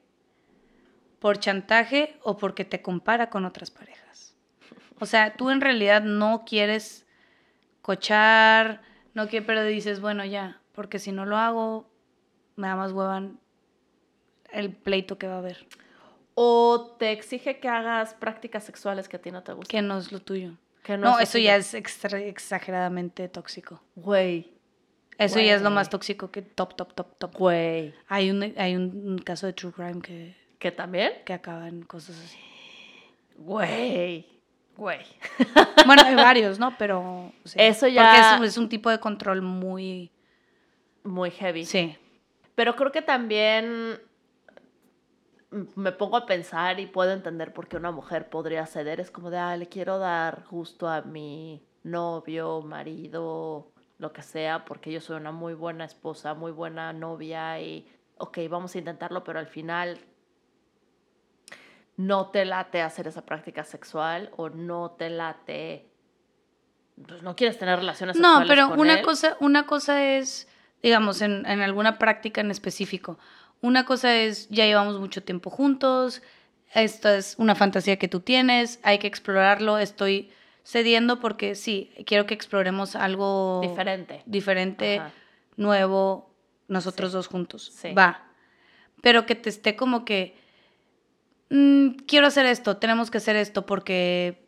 Speaker 3: por chantaje o porque te compara con otras parejas. O sea, tú en realidad no quieres cochar, no quieres, pero dices, bueno, ya, porque si no lo hago, me da más hueva el pleito que va a haber,
Speaker 2: O te exige que hagas prácticas sexuales que a ti no te gustan.
Speaker 3: que no es lo tuyo.
Speaker 2: Que
Speaker 3: No,
Speaker 2: es
Speaker 3: eso
Speaker 2: así.
Speaker 3: ya es extra- exageradamente tóxico.
Speaker 2: Güey,
Speaker 3: Eso ya es lo más
Speaker 2: Güey.
Speaker 3: tóxico que top, top, top, top.
Speaker 2: güey.
Speaker 3: Hay un, hay un un caso de true crime que,
Speaker 2: ¿Que también?
Speaker 3: que acaba en cosas así.
Speaker 2: Güey, güey.
Speaker 3: Bueno, hay varios, ¿no? Pero. sí.
Speaker 2: Eso
Speaker 3: Porque
Speaker 2: ya-
Speaker 3: es, un- es un tipo de control muy.
Speaker 2: Muy heavy.
Speaker 3: Sí.
Speaker 2: Pero creo que también me pongo a pensar y puedo entender por qué una mujer podría ceder. Es como de, ah, le quiero dar gusto a mi novio, marido, lo que sea, porque yo soy una muy buena esposa, muy buena novia y, ok, vamos a intentarlo, pero al final no te late hacer esa práctica sexual o no te late, pues no quieres tener relaciones
Speaker 3: No,
Speaker 2: sexuales
Speaker 3: pero
Speaker 2: con
Speaker 3: una
Speaker 2: él.
Speaker 3: cosa, una cosa es, digamos, en, en alguna práctica en específico. Una cosa es, ya llevamos mucho tiempo juntos, esta es una fantasía que tú tienes, hay que explorarlo, estoy cediendo porque sí, quiero que exploremos algo
Speaker 2: diferente.
Speaker 3: diferente,
Speaker 2: Ajá.
Speaker 3: nuevo, nosotros
Speaker 2: Sí.
Speaker 3: dos juntos.
Speaker 2: Sí.
Speaker 3: Va. Pero que te esté como que, "Mm, quiero hacer esto, tenemos que hacer esto porque...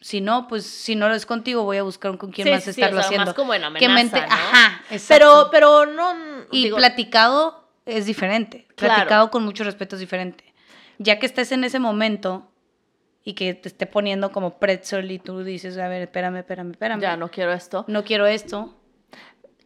Speaker 3: Si no, pues si no lo es contigo, voy a buscar con quién
Speaker 2: Sí,
Speaker 3: más
Speaker 2: sí, sí,
Speaker 3: estarlo
Speaker 2: o sea,
Speaker 3: haciendo
Speaker 2: Más como en
Speaker 3: que
Speaker 2: amenaza,
Speaker 3: mente,
Speaker 2: ¿no?
Speaker 3: ajá,
Speaker 2: Pero,
Speaker 3: exacto.
Speaker 2: pero no.
Speaker 3: y
Speaker 2: digo,
Speaker 3: platicado es diferente,
Speaker 2: Claro.
Speaker 3: platicado con mucho respeto es diferente, ya que estés en ese momento y que te esté poniendo como pretzel y tú dices, a ver, espérame, espérame, espérame,
Speaker 2: ya no quiero esto.
Speaker 3: no quiero esto,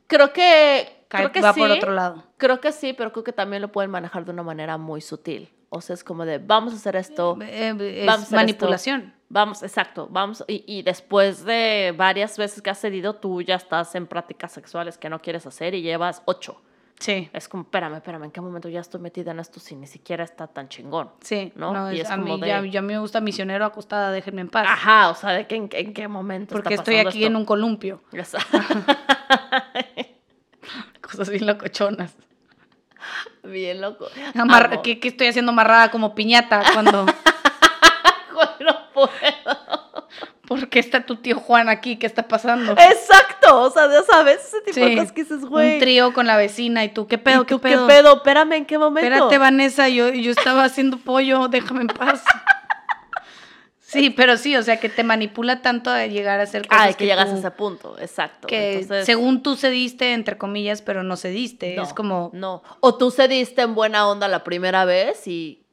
Speaker 2: Creo que.
Speaker 3: cae-
Speaker 2: creo que
Speaker 3: va
Speaker 2: sí.
Speaker 3: por otro lado.
Speaker 2: Creo que sí, pero creo que también lo pueden manejar de una manera muy sutil. O sea, es como de, vamos a hacer esto,
Speaker 3: Eh, eh,
Speaker 2: Vamos a
Speaker 3: es
Speaker 2: hacer
Speaker 3: manipulación.
Speaker 2: vamos, exacto, vamos. Y, y después de varias veces que has cedido, tú ya estás en prácticas sexuales que no quieres hacer y llevas ocho.
Speaker 3: Sí,
Speaker 2: Es como, espérame, espérame, ¿en qué momento ya estoy metida en esto si ni siquiera está tan chingón?
Speaker 3: sí,
Speaker 2: ¿no?
Speaker 3: no,
Speaker 2: Y
Speaker 3: es-
Speaker 2: es
Speaker 3: a
Speaker 2: como
Speaker 3: mí
Speaker 2: de-
Speaker 3: ya, ya me gusta misionero acostada, déjenme en paz,
Speaker 2: Ajá, o sea, ¿de qué, en, en qué momento?
Speaker 3: porque
Speaker 2: está
Speaker 3: estoy
Speaker 2: pasando
Speaker 3: aquí en
Speaker 2: esto?
Speaker 3: un columpio, cosas bien locochonas.
Speaker 2: Bien loco.
Speaker 3: Amarra-
Speaker 2: Amo.
Speaker 3: ¿qué- ¿Qué estoy haciendo amarrada como piñata cuando...
Speaker 2: no puedo.
Speaker 3: ¿Por qué está tu tío Juan aquí? ¿Qué está pasando?
Speaker 2: Exacto, o sea, ya sabes, ese tipo de
Speaker 3: Sí,
Speaker 2: cosas que dices,
Speaker 3: Un
Speaker 2: güey.
Speaker 3: trío con la vecina y tú, ¿qué
Speaker 2: ¿y
Speaker 3: pedo?
Speaker 2: tú
Speaker 3: ¿Qué pedo?
Speaker 2: Espérame, ¿en qué momento?
Speaker 3: Espérate, Vanessa, yo, yo estaba haciendo pollo, déjame en paz. Sí, pero sí, o sea, que te manipula tanto a llegar a hacer cosas
Speaker 2: Ah, que, llegas
Speaker 3: tú-
Speaker 2: a ese punto, exacto.
Speaker 3: que
Speaker 2: Entonces,
Speaker 3: según tú cediste, entre comillas, pero no cediste.
Speaker 2: no,
Speaker 3: es como...
Speaker 2: No, o tú cediste en buena onda la primera vez y...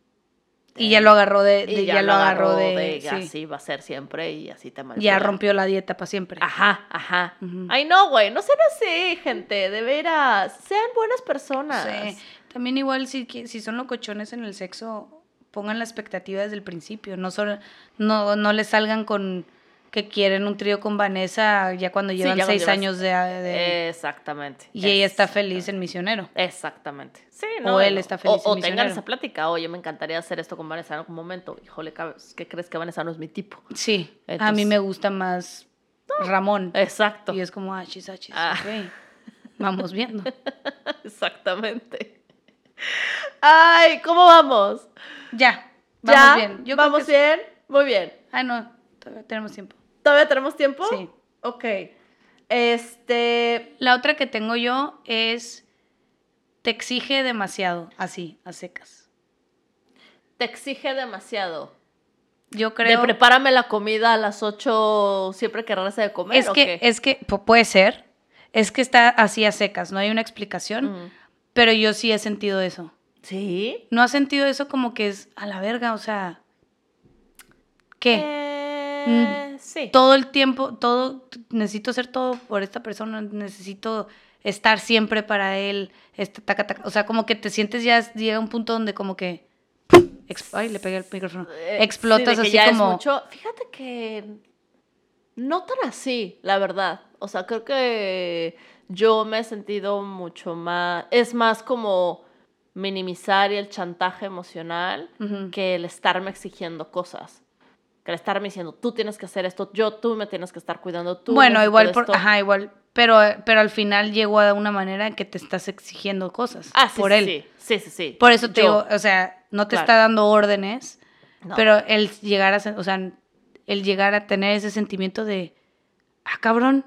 Speaker 3: Y ya lo agarró de...
Speaker 2: eh, y
Speaker 3: de- ya, lo agarró de... sí,
Speaker 2: Así va a ser siempre y así te
Speaker 3: ya
Speaker 2: manipula.
Speaker 3: rompió la dieta para siempre.
Speaker 2: Ajá, ajá.
Speaker 3: Ujú.
Speaker 2: Ay, no, güey, no sean así, gente, de veras. Sean buenas personas.
Speaker 3: Sí. También igual si, qui- si son locochones en el sexo, pongan la expectativa desde el principio. No, solo, no, no le salgan con que quieren un trío con Vanessa ya cuando
Speaker 2: Sí,
Speaker 3: llevan
Speaker 2: ya cuando
Speaker 3: seis
Speaker 2: llevas- Eh,
Speaker 3: años de... de-
Speaker 2: Exactamente.
Speaker 3: y ella está
Speaker 2: exactamente.
Speaker 3: feliz en misionero.
Speaker 2: Exactamente. Sí,
Speaker 3: O
Speaker 2: no.
Speaker 3: él
Speaker 2: no.
Speaker 3: está feliz
Speaker 2: O,
Speaker 3: en
Speaker 2: o tengan
Speaker 3: misionero.
Speaker 2: esa plática. Oye, me encantaría hacer esto con Vanessa en algún momento. Híjole, cab- ¿qué crees que Vanessa no es mi tipo?
Speaker 3: Sí, a
Speaker 2: Entonces-
Speaker 3: mí me gusta más Ramón.
Speaker 2: Exacto.
Speaker 3: Y es como, ah, chis, ah, chis,
Speaker 2: Ah.
Speaker 3: ok. Vamos viendo.
Speaker 2: Exactamente. Ay, ¿cómo vamos?
Speaker 3: Ya, vamos
Speaker 2: ¿Ya?
Speaker 3: bien. Yo creo
Speaker 2: ¿Vamos
Speaker 3: que-
Speaker 2: bien? Muy bien.
Speaker 3: Ah, no, todavía tenemos tiempo.
Speaker 2: ¿Todavía tenemos tiempo?
Speaker 3: Sí.
Speaker 2: Ok. Este.
Speaker 3: La otra que tengo yo es te exige demasiado, así, a secas.
Speaker 2: Te exige demasiado.
Speaker 3: Yo
Speaker 2: De
Speaker 3: creo
Speaker 2: prepárame la comida a las 8 siempre que regrese de comer.
Speaker 3: es
Speaker 2: ¿o
Speaker 3: que
Speaker 2: qué?
Speaker 3: es que pu- puede ser, es que está así a secas, no hay una explicación,
Speaker 2: Mm.
Speaker 3: pero yo sí he sentido eso.
Speaker 2: Sí.
Speaker 3: No has sentido eso como que es a la verga, o sea, ¿qué? Mm.
Speaker 2: Eh, sí.
Speaker 3: Todo el tiempo, todo necesito hacer todo por esta persona, necesito estar siempre para él, este, taca, taca. o sea, como que te sientes ya llega un punto donde como que ex- ay, le pegué el micrófono.
Speaker 2: Eh, sí,
Speaker 3: Explotas
Speaker 2: de que
Speaker 3: así
Speaker 2: ya es
Speaker 3: como
Speaker 2: mucho. Fíjate que no tan así, la verdad. O sea, creo que yo me he sentido mucho más. Es más como minimizar el chantaje emocional
Speaker 3: Ujú.
Speaker 2: que el estarme exigiendo cosas. Que el estarme diciendo, tú tienes que hacer esto, yo, tú me tienes que estar cuidando, tú.
Speaker 3: bueno,
Speaker 2: necesito
Speaker 3: igual por,
Speaker 2: esto".
Speaker 3: ajá, igual Pero, pero al final llegó a una manera en que te estás exigiendo cosas
Speaker 2: Ah, sí,
Speaker 3: por
Speaker 2: sí,
Speaker 3: él.
Speaker 2: sí, sí, sí, sí.
Speaker 3: Por eso te
Speaker 2: Yo,
Speaker 3: digo, o sea, no te
Speaker 2: Claro.
Speaker 3: está dando órdenes,
Speaker 2: no.
Speaker 3: pero el llegar a, sen- o sea, el llegar a tener ese sentimiento de, ah, cabrón,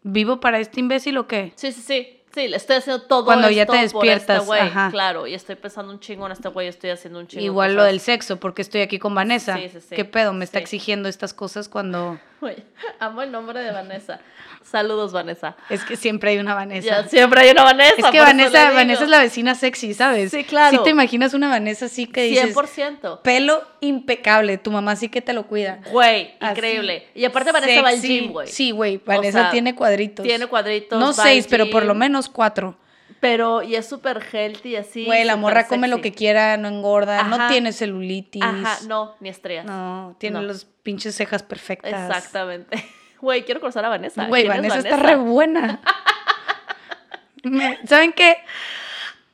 Speaker 3: ¿vivo para este imbécil o qué?
Speaker 2: Sí, sí, sí. Sí, le estoy haciendo todo
Speaker 3: Cuando ya
Speaker 2: esto
Speaker 3: te
Speaker 2: por este
Speaker 3: despiertas,
Speaker 2: güey,
Speaker 3: ajá.
Speaker 2: Claro, y estoy pensando un chingo en este güey, estoy haciendo un chingo. de
Speaker 3: Igual lo
Speaker 2: cosas.
Speaker 3: del sexo, porque estoy aquí con Vanessa.
Speaker 2: Sí, sí, sí,
Speaker 3: ¿Qué pedo? Me está
Speaker 2: sí.
Speaker 3: exigiendo estas cosas cuando
Speaker 2: Güey, amo el nombre de Vanessa. Saludos, Vanessa.
Speaker 3: es que siempre hay una Vanessa.
Speaker 2: Ya, siempre hay una Vanessa.
Speaker 3: es
Speaker 2: por
Speaker 3: que
Speaker 2: eso le
Speaker 3: Vanessa,
Speaker 2: digo.
Speaker 3: Vanessa es la vecina sexy, ¿sabes?
Speaker 2: Sí, claro.
Speaker 3: Si te imaginas una Vanessa así que dices,
Speaker 2: 100%.
Speaker 3: pelo impecable, tu mamá sí que te lo cuida.
Speaker 2: Güey,
Speaker 3: Así,
Speaker 2: increíble. Y aparte Vanessa va al
Speaker 3: sexy.
Speaker 2: gym, güey.
Speaker 3: Sí, güey, Vanessa
Speaker 2: sea,
Speaker 3: tiene cuadritos.
Speaker 2: Tiene cuadritos.
Speaker 3: No
Speaker 2: va al
Speaker 3: seis, pero por lo
Speaker 2: gym,
Speaker 3: menos cuatro.
Speaker 2: Pero, y es súper healthy, así.
Speaker 3: Güey, la
Speaker 2: súper
Speaker 3: morra come lo
Speaker 2: sexy.
Speaker 3: que quiera, no engorda,
Speaker 2: Ajá.
Speaker 3: no tiene celulitis.
Speaker 2: Ajá, no, ni estrellas.
Speaker 3: No, tiene
Speaker 2: No.
Speaker 3: los pinches cejas perfectas.
Speaker 2: Exactamente. Güey, quiero conocer a Vanessa.
Speaker 3: Güey,
Speaker 2: ¿Quién es
Speaker 3: Vanessa, está re buena. Me- ¿Saben qué?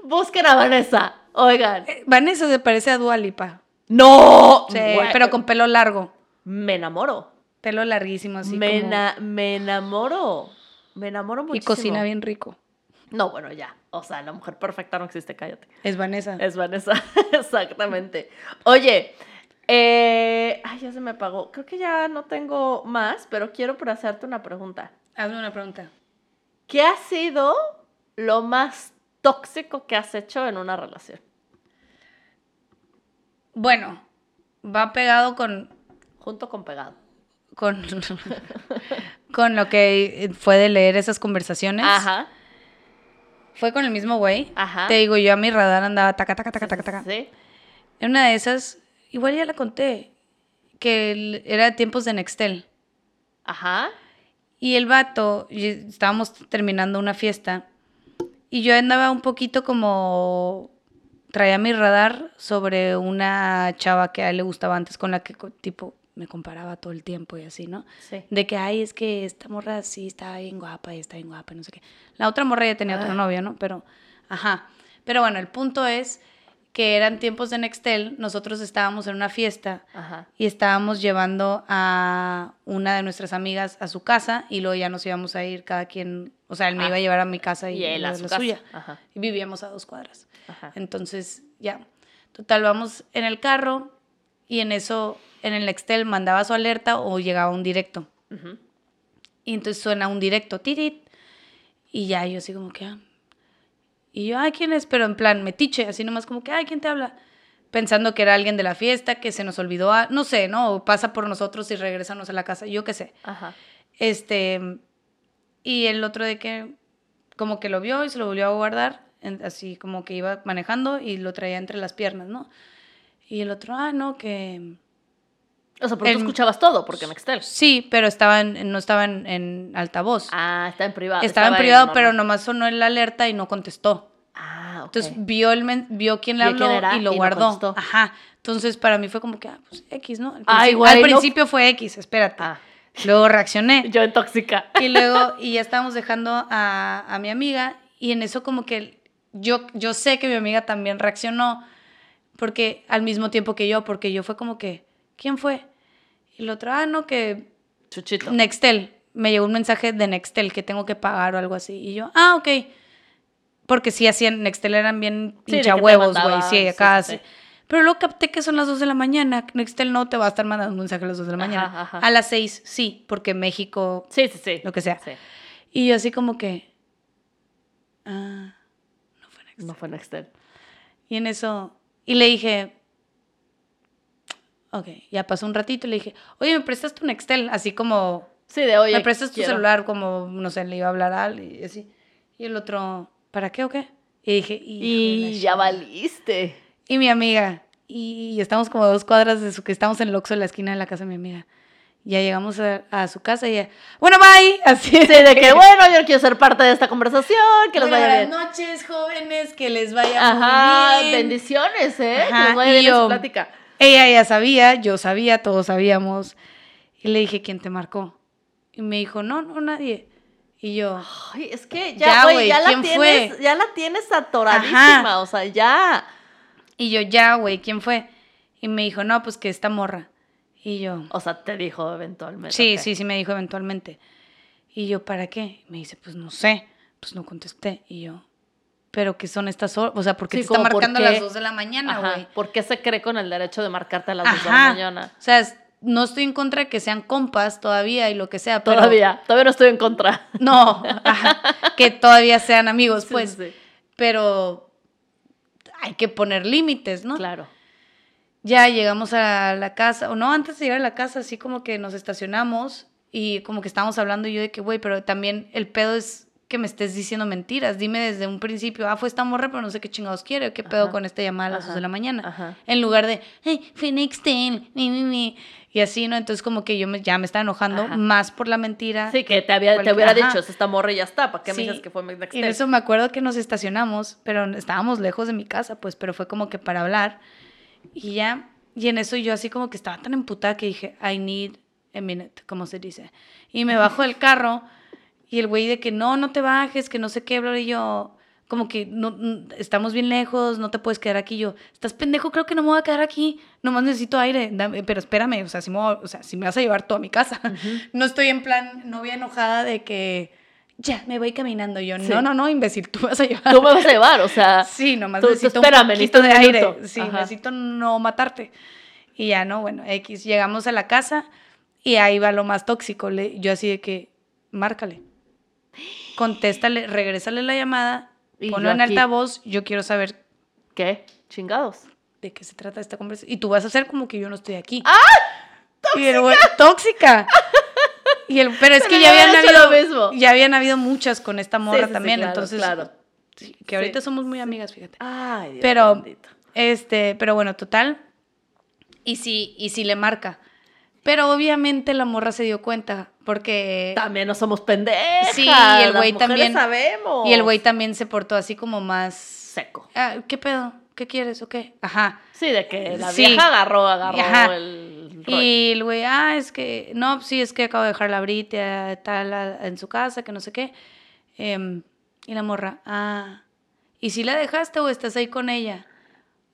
Speaker 2: Busquen a Vanessa. Oigan.
Speaker 3: Eh, Vanessa se parece a Dualipa.
Speaker 2: ¡No!
Speaker 3: Sí,
Speaker 2: Güey,
Speaker 3: pero con pelo largo.
Speaker 2: Me enamoro.
Speaker 3: Pelo larguísimo, así
Speaker 2: me,
Speaker 3: como-
Speaker 2: ena- me enamoro. Me enamoro
Speaker 3: Y
Speaker 2: muchísimo.
Speaker 3: cocina bien rico.
Speaker 2: No, bueno, ya. O sea, la mujer perfecta no existe, cállate.
Speaker 3: Es Vanessa.
Speaker 2: Es Vanessa. Exactamente. Oye, eh, ay, ya se me apagó. Creo que ya no tengo más, pero quiero por hacerte una pregunta.
Speaker 3: Hazme una pregunta.
Speaker 2: ¿Qué ha sido lo más tóxico que has hecho en una relación?
Speaker 3: Bueno, va pegado con,
Speaker 2: Junto con pegado.
Speaker 3: con, con lo que fue de leer esas conversaciones.
Speaker 2: Ajá.
Speaker 3: Fue con el mismo güey.
Speaker 2: Ajá.
Speaker 3: Te digo, yo a mi radar andaba taca, taca, taca,
Speaker 2: Sí,
Speaker 3: taca,
Speaker 2: sí,
Speaker 3: taca.
Speaker 2: sí.
Speaker 3: En una de esas, igual ya la conté, que el- era de tiempos de Nextel.
Speaker 2: Ajá.
Speaker 3: Y el vato, y estábamos terminando una fiesta, y yo andaba un poquito como, traía mi radar sobre una chava que a él le gustaba antes, con la que co- tipo me comparaba todo el tiempo y así, ¿no?
Speaker 2: Sí.
Speaker 3: De que, ay, es que esta morra sí está bien guapa y está bien guapa, y no sé qué. La otra morra ya tenía otro
Speaker 2: Ah.
Speaker 3: novio, ¿no? Pero, ajá. Pero bueno, el punto es que eran tiempos de Nextel, nosotros estábamos en una fiesta
Speaker 2: Ajá.
Speaker 3: y estábamos llevando a una de nuestras amigas a su casa y luego ya nos íbamos a ir cada quien, o sea, él me
Speaker 2: Ah.
Speaker 3: iba a llevar a mi casa y,
Speaker 2: Y él
Speaker 3: ella
Speaker 2: a
Speaker 3: a
Speaker 2: su
Speaker 3: la
Speaker 2: casa. Ah.
Speaker 3: suya.
Speaker 2: Ajá.
Speaker 3: Y vivíamos a dos cuadras.
Speaker 2: Ajá.
Speaker 3: Entonces, ya. Total, vamos en el carro y en eso, en el Nextel mandaba su alerta o llegaba un directo.
Speaker 2: Ujú.
Speaker 3: Y entonces suena un directo, tirit. Y ya yo así como que, ah. Y yo, ay, ¿quién es? Pero en plan, metiche, así nomás como que, ay, ¿quién te habla? Pensando que era alguien de la fiesta, que se nos olvidó, a- no sé, ¿no? O pasa por nosotros y regresanos a la casa, yo qué sé.
Speaker 2: Ajá.
Speaker 3: Este, y el otro de que como que lo vio y se lo volvió a guardar, en- así como que iba manejando y lo traía entre las piernas, ¿no? Y el otro, ah, no, que...
Speaker 2: O sea, pero tú
Speaker 3: En-
Speaker 2: escuchabas todo, porque en Excel.
Speaker 3: Sí, pero estaba en- no estaba en, en altavoz.
Speaker 2: Ah, está en privado.
Speaker 3: Estaba, en privado, pero
Speaker 2: normal.
Speaker 3: nomás sonó la alerta y no contestó.
Speaker 2: Ah, ok.
Speaker 3: Entonces vio, el men- vio quién le
Speaker 2: Vio
Speaker 3: habló
Speaker 2: quién era
Speaker 3: y
Speaker 2: y
Speaker 3: lo
Speaker 2: no
Speaker 3: guardó.
Speaker 2: contestó.
Speaker 3: Ajá. Entonces para mí fue como que, ah, pues X, ¿no? Al,
Speaker 2: Ay,
Speaker 3: principi-
Speaker 2: güey,
Speaker 3: al
Speaker 2: no-
Speaker 3: principio fue X, espérate.
Speaker 2: Ah,
Speaker 3: Luego reaccioné.
Speaker 2: yo en tóxica.
Speaker 3: Y luego, y ya estábamos dejando a, a mi amiga y en eso como que yo, yo sé que mi amiga también reaccionó porque al mismo tiempo que yo, porque yo fue como que, ¿quién fue? Y el otro, ah, no, que
Speaker 2: Chuchito.
Speaker 3: Nextel. Me llegó un mensaje de Nextel que tengo que pagar o algo así. Y yo, ah, ok. Porque sí hacían, Nextel eran bien
Speaker 2: Sí, de
Speaker 3: pincha
Speaker 2: que te
Speaker 3: huevos, güey.
Speaker 2: mandaban,
Speaker 3: Sí,
Speaker 2: sí,
Speaker 3: acá.
Speaker 2: sí,
Speaker 3: sí.
Speaker 2: sí.
Speaker 3: Pero luego capté que son las 2 de la mañana. Nextel no te va a estar mandando un mensaje a las 2 de la
Speaker 2: Ajá,
Speaker 3: mañana.
Speaker 2: ajá.
Speaker 3: A las 6, sí, porque México,
Speaker 2: Sí, sí, sí.
Speaker 3: lo que sea.
Speaker 2: Sí.
Speaker 3: Y yo así como que... Ah, no fue Nextel.
Speaker 2: No fue en Excel.
Speaker 3: Y en eso... Y le dije... Ok, ya pasó un ratito y le dije, oye, ¿me prestas tu Nextel? Así como
Speaker 2: Sí, de oye.
Speaker 3: me prestas tu
Speaker 2: quiero.
Speaker 3: celular como, no sé, le iba a hablar a alguien y así. Y el otro, ¿para qué o qué? Y dije, "Hijo de la
Speaker 2: Y ya
Speaker 3: chingada".
Speaker 2: valiste.
Speaker 3: Y mi amiga, y, y estamos como a dos cuadras de su, que estamos en el Oxxo, en la esquina de la casa de mi amiga. Ya llegamos a, a su casa y ella, bueno, bye. Así
Speaker 2: Sí, de que bueno, yo no quiero ser parte de esta conversación, que les
Speaker 3: "Bueno,
Speaker 2: vaya
Speaker 3: buenas
Speaker 2: bien.
Speaker 3: noches, jóvenes, que les vaya
Speaker 2: Ajá,
Speaker 3: muy bien.
Speaker 2: bendiciones, ¿eh?
Speaker 3: Ajá,
Speaker 2: que les vaya
Speaker 3: y
Speaker 2: bien en su
Speaker 3: yo-
Speaker 2: plática.
Speaker 3: Ella ya sabía, yo sabía, todos sabíamos. Y le dije, ¿quién te marcó? Y me dijo, no, no, nadie. Y
Speaker 2: Ah.
Speaker 3: yo,
Speaker 2: Ay, es que
Speaker 3: Ya,
Speaker 2: ya, güey,
Speaker 3: güey,
Speaker 2: ya, la
Speaker 3: ¿quién
Speaker 2: tienes,
Speaker 3: fue?
Speaker 2: ya la tienes atoradísima,
Speaker 3: Ajá.
Speaker 2: o sea, ya.
Speaker 3: Y yo, ya, güey, ¿quién fue? Y me dijo, no, pues que esta morra. Y yo,
Speaker 2: O sea, te dijo eventualmente.
Speaker 3: sí,
Speaker 2: ok.
Speaker 3: sí, sí, me dijo eventualmente. Y yo, ¿para qué? Me dice, pues no sé, pues no contesté. Y yo, ¿pero qué son estas horas? O sea, ¿por qué
Speaker 2: Sí,
Speaker 3: te está
Speaker 2: como, ¿por
Speaker 3: marcando a
Speaker 2: qué?
Speaker 3: las 2 de la mañana,
Speaker 2: Ajá,
Speaker 3: güey?
Speaker 2: ¿Por qué se cree con el derecho de marcarte a las dos de la
Speaker 3: Ajá.
Speaker 2: mañana?
Speaker 3: O sea, es- no estoy en contra de que sean compas todavía y lo que sea, pero...
Speaker 2: Todavía, todavía no estoy en contra.
Speaker 3: No, ajá, que todavía sean amigos,
Speaker 2: Sí,
Speaker 3: pues.
Speaker 2: sí, sí,
Speaker 3: Pero hay que poner límites, ¿no?
Speaker 2: Claro.
Speaker 3: Ya llegamos a la casa, o no, antes de llegar a la casa, así como que nos estacionamos y como que estábamos hablando y yo de que, güey, pero también el pedo es que me estés diciendo mentiras. Dime desde un principio, ah, fue esta morra, pero no sé qué chingados quiere, o qué pedo
Speaker 2: Ajá,
Speaker 3: con esta llamada a las
Speaker 2: ajá,
Speaker 3: 2 de la mañana.
Speaker 2: ajá.
Speaker 3: En lugar de, hey, Phoenix Tail, mi, mi, mi", Y así, ¿no? Entonces como que yo me- ya me estaba enojando
Speaker 2: Ajá.
Speaker 3: más por la mentira.
Speaker 2: Sí, que te, había, te
Speaker 3: Ah, Cualquier-
Speaker 2: hubiera
Speaker 3: ajá.
Speaker 2: dicho, es esta morra y ya está, ¿para qué
Speaker 3: Sí,
Speaker 2: me dices que fue mi next
Speaker 3: Y en
Speaker 2: step?
Speaker 3: eso me acuerdo que nos estacionamos, pero estábamos lejos de mi casa, pues, pero fue como que para hablar. Y ya, y en eso yo así como que estaba tan emputada que dije, I need a minute, como se dice. Y me bajo del carro y el güey de que no, no te bajes, que no sé qué, bla, bla, y yo, como que no, n- estamos bien lejos, no te puedes quedar aquí. Yo, estás pendejo, creo que no me voy a quedar aquí, nomás necesito aire, dame- pero espérame, o sea, si me, voy- o sea, si me vas a llevar tú a mi casa. No estoy en plan novia enojada de que ya me voy caminando. Yo,
Speaker 2: Sí.
Speaker 3: no, no, no, imbécil, tú vas a llevar.
Speaker 2: Tú me vas a llevar, o sea,
Speaker 3: Sí, nomás
Speaker 2: Tú- tú
Speaker 3: necesito
Speaker 2: espérame,
Speaker 3: un poquito de
Speaker 2: necesito un
Speaker 3: aire.
Speaker 2: minuto.
Speaker 3: Sí,
Speaker 2: Ajá.
Speaker 3: necesito no matarte. Y ya no, bueno, X. Llegamos a la casa y ahí va lo más tóxico. Le- yo así de que, márcale. Contéstale, regrésale la llamada,
Speaker 2: Y
Speaker 3: ponlo
Speaker 2: yo
Speaker 3: en
Speaker 2: aquí.
Speaker 3: altavoz. Yo quiero saber
Speaker 2: ¿qué? Chingados.
Speaker 3: de qué se trata esta conversación. Y tú vas a hacer como que yo no estoy aquí. ¡Ah! ¡Tóxica! Y el güey- ¡Tóxica! Y el, pero es
Speaker 2: Se
Speaker 3: que
Speaker 2: le
Speaker 3: ya habían,
Speaker 2: hubiera hecho
Speaker 3: habido,
Speaker 2: lo mismo.
Speaker 3: ya habían habido muchas con esta morra
Speaker 2: Sí, sí, sí,
Speaker 3: también.
Speaker 2: claro,
Speaker 3: entonces,
Speaker 2: claro.
Speaker 3: sí, que ahorita
Speaker 2: Sí.
Speaker 3: somos muy amigas, fíjate.
Speaker 2: Ay, Dios
Speaker 3: Pero-
Speaker 2: bendito.
Speaker 3: Este, pero bueno, total. Y sí, y sí le marca. Pero obviamente la morra se dio cuenta porque
Speaker 2: También no somos pendejas.
Speaker 3: Sí, y
Speaker 2: las
Speaker 3: el güey
Speaker 2: mujeres
Speaker 3: también-
Speaker 2: sabemos.
Speaker 3: y el güey también se portó así como más
Speaker 2: seco.
Speaker 3: "Ah, ¿qué pedo? ¿Qué quieres? ¿O qué? Ajá.
Speaker 2: Sí, de que la
Speaker 3: Sí.
Speaker 2: vieja agarró, agarró
Speaker 3: Ajá.
Speaker 2: el rollo.
Speaker 3: Y el güey, ah, es que no, sí, es que acabo de dejar la brita tal a- en su casa, que no sé qué. Em, y la morra, ah, ¿y si la dejaste o estás ahí con ella?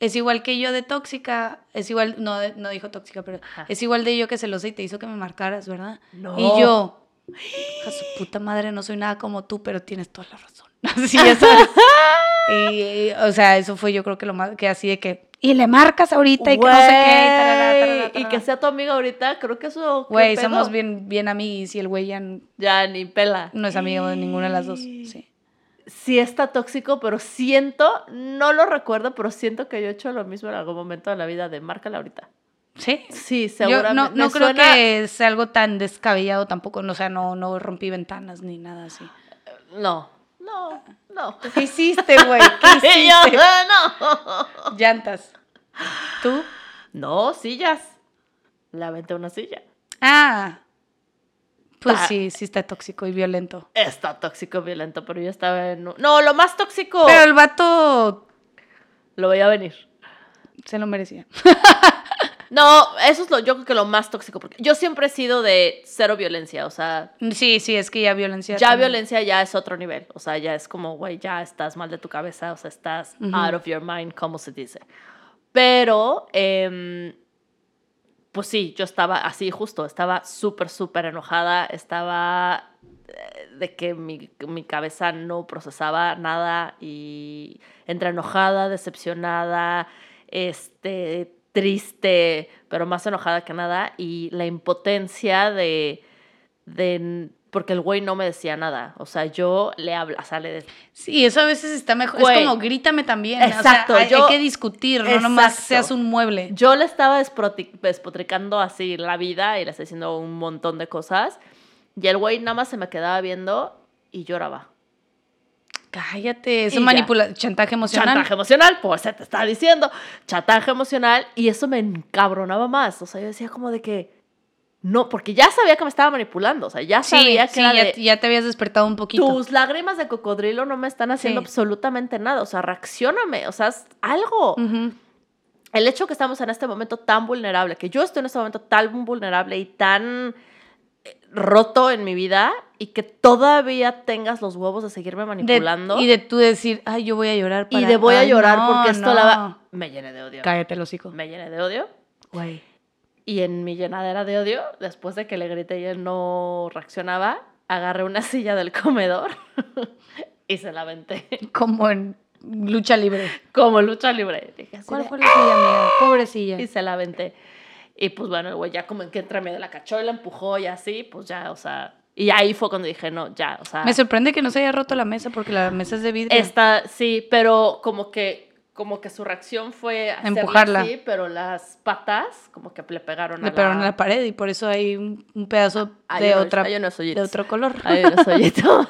Speaker 3: Es igual que yo de tóxica, es igual, no, de- no dijo tóxica, pero
Speaker 2: Ajá.
Speaker 3: es igual de yo que celosa y te hizo que me marcaras, ¿verdad?
Speaker 2: No.
Speaker 3: Y yo, a su puta madre, no soy nada como tú, pero tienes toda la razón. Así ya sabes. Y, eh, o sea, eso fue yo creo que lo más, que así de que, y le marcas ahorita y que no sé qué. Y, tarara, tarara,
Speaker 2: Güey, y
Speaker 3: tarara".
Speaker 2: que sea tu amiga ahorita, creo que eso. ¿qué
Speaker 3: Güey,
Speaker 2: pedo?
Speaker 3: somos bien, bien amiguis y el güey ya n-
Speaker 2: Ya ni pela.
Speaker 3: no es amigo de ninguna de las dos. Sí.
Speaker 2: Sí está tóxico, pero siento, no lo recuerdo, pero siento que yo he hecho lo mismo en algún momento de la vida de márcala ahorita.
Speaker 3: Sí.
Speaker 2: Sí,
Speaker 3: Yo
Speaker 2: seguramente.
Speaker 3: no, no
Speaker 2: Me
Speaker 3: creo
Speaker 2: suena-
Speaker 3: que sea algo tan descabellado tampoco. no, O sea, no, no rompí ventanas ni nada así.
Speaker 2: No, no, no.
Speaker 3: ¿Qué hiciste, güey? ¿Qué
Speaker 2: Y yo,
Speaker 3: hiciste?
Speaker 2: "Ah, no.
Speaker 3: Llantas. ¿Tú?
Speaker 2: No, sillas. La venta una silla.
Speaker 3: Ah. Pues
Speaker 2: Ta-
Speaker 3: sí, sí está tóxico y violento.
Speaker 2: Está tóxico, violento, pero yo estaba en. un- No, lo más tóxico.
Speaker 3: Pero el vato
Speaker 2: Lo voy a venir.
Speaker 3: se lo merecía.
Speaker 2: No, eso es lo, yo creo que lo más tóxico, porque yo siempre he sido de cero violencia, o sea,
Speaker 3: Sí, sí, es que ya violencia.
Speaker 2: ya
Speaker 3: también.
Speaker 2: violencia ya es otro nivel. O sea, ya es como, güey, ya estás mal de tu cabeza, o sea, estás
Speaker 3: Ujú.
Speaker 2: out of your mind, como se dice. Pero, em, pues sí, yo estaba así justo, estaba súper, súper enojada, estaba eh, de que mi, mi cabeza no procesaba nada y entre enojada, decepcionada, este, triste, pero más enojada que nada y la impotencia de de n- porque el güey no me decía nada. O sea, yo le habla, o sea, le de-
Speaker 3: Sí, eso a veces está mejor.
Speaker 2: Güey.
Speaker 3: Es como grítame también.
Speaker 2: Exacto,
Speaker 3: O sea, hay,
Speaker 2: yo-
Speaker 3: hay que discutir, no nomás
Speaker 2: Exacto.
Speaker 3: seas un mueble.
Speaker 2: yo le estaba desproti- despotricando así la vida y le estaba diciendo un montón de cosas. Y el güey nada más se me quedaba viendo y lloraba.
Speaker 3: Cállate, eso
Speaker 2: Y ya.
Speaker 3: es manipula chantaje emocional.
Speaker 2: Chantaje emocional, pues se te está diciendo. Chantaje emocional y eso me encabronaba más. O sea, yo decía como de que no, porque ya sabía que me estaba manipulando. O sea, ya
Speaker 3: Sí,
Speaker 2: sabía que
Speaker 3: sí,
Speaker 2: era
Speaker 3: ya,
Speaker 2: de-
Speaker 3: ya te habías despertado un poquito.
Speaker 2: Tus lágrimas de cocodrilo no me están haciendo
Speaker 3: Sí.
Speaker 2: absolutamente nada. O sea, reaccioname. O sea, haz algo.
Speaker 3: Ujú.
Speaker 2: el hecho que estamos en este momento tan vulnerable, que yo estoy en este momento tan vulnerable y tan eh, roto en mi vida y que todavía tengas los huevos de seguirme
Speaker 3: De-
Speaker 2: manipulando
Speaker 3: y de tú decir, ay, yo voy a llorar.
Speaker 2: y
Speaker 3: para-
Speaker 2: de voy a
Speaker 3: Ay,
Speaker 2: llorar
Speaker 3: no,
Speaker 2: porque esto
Speaker 3: no.
Speaker 2: la va... Me llené de odio.
Speaker 3: Cállate, los hijos.
Speaker 2: Me llené de odio.
Speaker 3: Güey.
Speaker 2: Y en mi llenadera de odio, después de que le grité y él no reaccionaba, agarré una silla del comedor y se la aventé.
Speaker 3: Como en lucha libre.
Speaker 2: Como lucha libre. Dije así
Speaker 3: ¿Cuál
Speaker 2: de, ¡Ah!
Speaker 3: fue la silla, amiga? Pobrecilla.
Speaker 2: Y se la aventé. Y pues bueno, el güey ya como en que entra medio de la cachó y la empujó y así, pues ya, o sea. Y ahí fue cuando dije, no, ya, o sea.
Speaker 3: Me sorprende que no se haya roto la mesa porque la mesa es de vidrio.
Speaker 2: Esta, sí, pero como que, como que su reacción fue hacerle
Speaker 3: Empujarla.
Speaker 2: así, pero las patas como que le pegaron a
Speaker 3: Le pegaron a la pared y por eso hay un, un pedazo
Speaker 2: Hay
Speaker 3: de,
Speaker 2: unos-
Speaker 3: otra,
Speaker 2: hay unos
Speaker 3: de
Speaker 2: hoyitos.
Speaker 3: otro color.
Speaker 2: Hay unos hoyitos.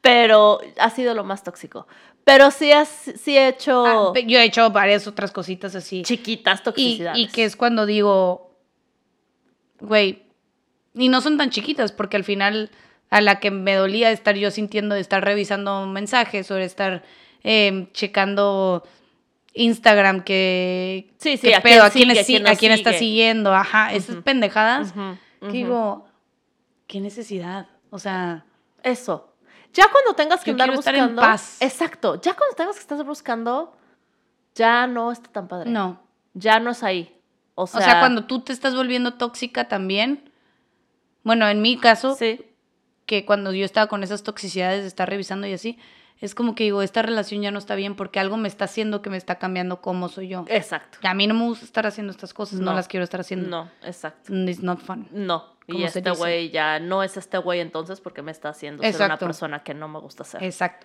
Speaker 2: pero ha sido lo más tóxico. Pero sí, has, sí he
Speaker 3: Ah,
Speaker 2: hecho
Speaker 3: pe- yo he hecho varias otras cositas así.
Speaker 2: chiquitas
Speaker 3: Y,
Speaker 2: toxicidades.
Speaker 3: y que es cuando digo, güey, y no son tan chiquitas porque al final a la que me dolía estar yo sintiendo de estar revisando mensajes o de estar eh, checando Instagram que...
Speaker 2: Sí, sí,
Speaker 3: qué
Speaker 2: a quién
Speaker 3: pedo, a
Speaker 2: sigue,
Speaker 3: quién, es-
Speaker 2: a quién
Speaker 3: a
Speaker 2: nos
Speaker 3: quién está
Speaker 2: sigue.
Speaker 3: siguiendo, ajá, esas
Speaker 2: Ujú.
Speaker 3: pendejadas.
Speaker 2: Ujú,
Speaker 3: que
Speaker 2: ujú.
Speaker 3: digo, qué necesidad, o sea...
Speaker 2: Eso. Ya cuando tengas que
Speaker 3: Yo
Speaker 2: andar
Speaker 3: quiero estar
Speaker 2: buscando.
Speaker 3: en paz.
Speaker 2: Exacto. Ya cuando tengas que estar buscando, ya no está tan padre.
Speaker 3: No.
Speaker 2: Ya no es ahí. O
Speaker 3: O
Speaker 2: sea,
Speaker 3: sea, cuando tú te estás volviendo tóxica también. Bueno, en mi caso,
Speaker 2: Sí.
Speaker 3: que cuando yo estaba con esas toxicidades de estar revisando y así, es como que digo, esta relación ya no está bien porque algo me está haciendo que me está cambiando cómo soy yo.
Speaker 2: Exacto.
Speaker 3: A mí no me gusta estar haciendo estas cosas, no,
Speaker 2: Eh. No.
Speaker 3: las quiero estar haciendo.
Speaker 2: No, exacto.
Speaker 3: Mm, It's not fun.
Speaker 2: No. Y
Speaker 3: ¿Cómo se
Speaker 2: este
Speaker 3: dice?
Speaker 2: güey ya no es este güey entonces porque me está haciendo ser una
Speaker 3: Exacto.
Speaker 2: persona que no me gusta ser.
Speaker 3: Exacto.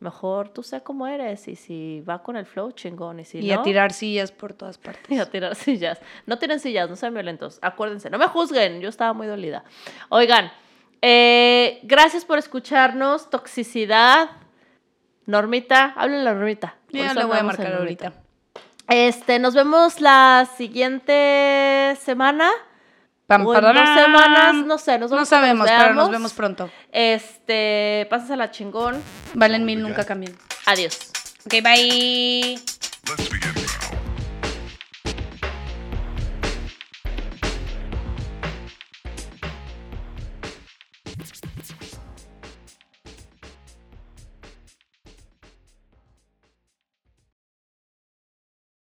Speaker 2: Mejor tú sé cómo eres y si va con el flow, chingón. Y si
Speaker 3: Y
Speaker 2: no.
Speaker 3: a tirar sillas por todas partes.
Speaker 2: Y a tirar sillas. No tienen sillas, no sean violentos. Acuérdense, no me juzguen, yo estaba muy dolida. Oigan, eh, gracias por escucharnos. Toxicidad. Normita, háblenle a Normita. Por
Speaker 3: Ya
Speaker 2: eso
Speaker 3: lo voy a
Speaker 2: hablamos en
Speaker 3: marcar
Speaker 2: Normita.
Speaker 3: ahorita.
Speaker 2: Este, nos vemos la siguiente semana.
Speaker 3: Pam,
Speaker 2: o en dos
Speaker 3: pararán.
Speaker 2: semanas, no sé, nos vemos cuando
Speaker 3: No sabemos,
Speaker 2: nos
Speaker 3: pero nos
Speaker 2: veamos.
Speaker 3: vemos pronto.
Speaker 2: Este, pásasela chingón.
Speaker 3: Valen mil, nunca cambien.
Speaker 2: Adiós.
Speaker 3: Ok, bye.
Speaker 1: Let's begin.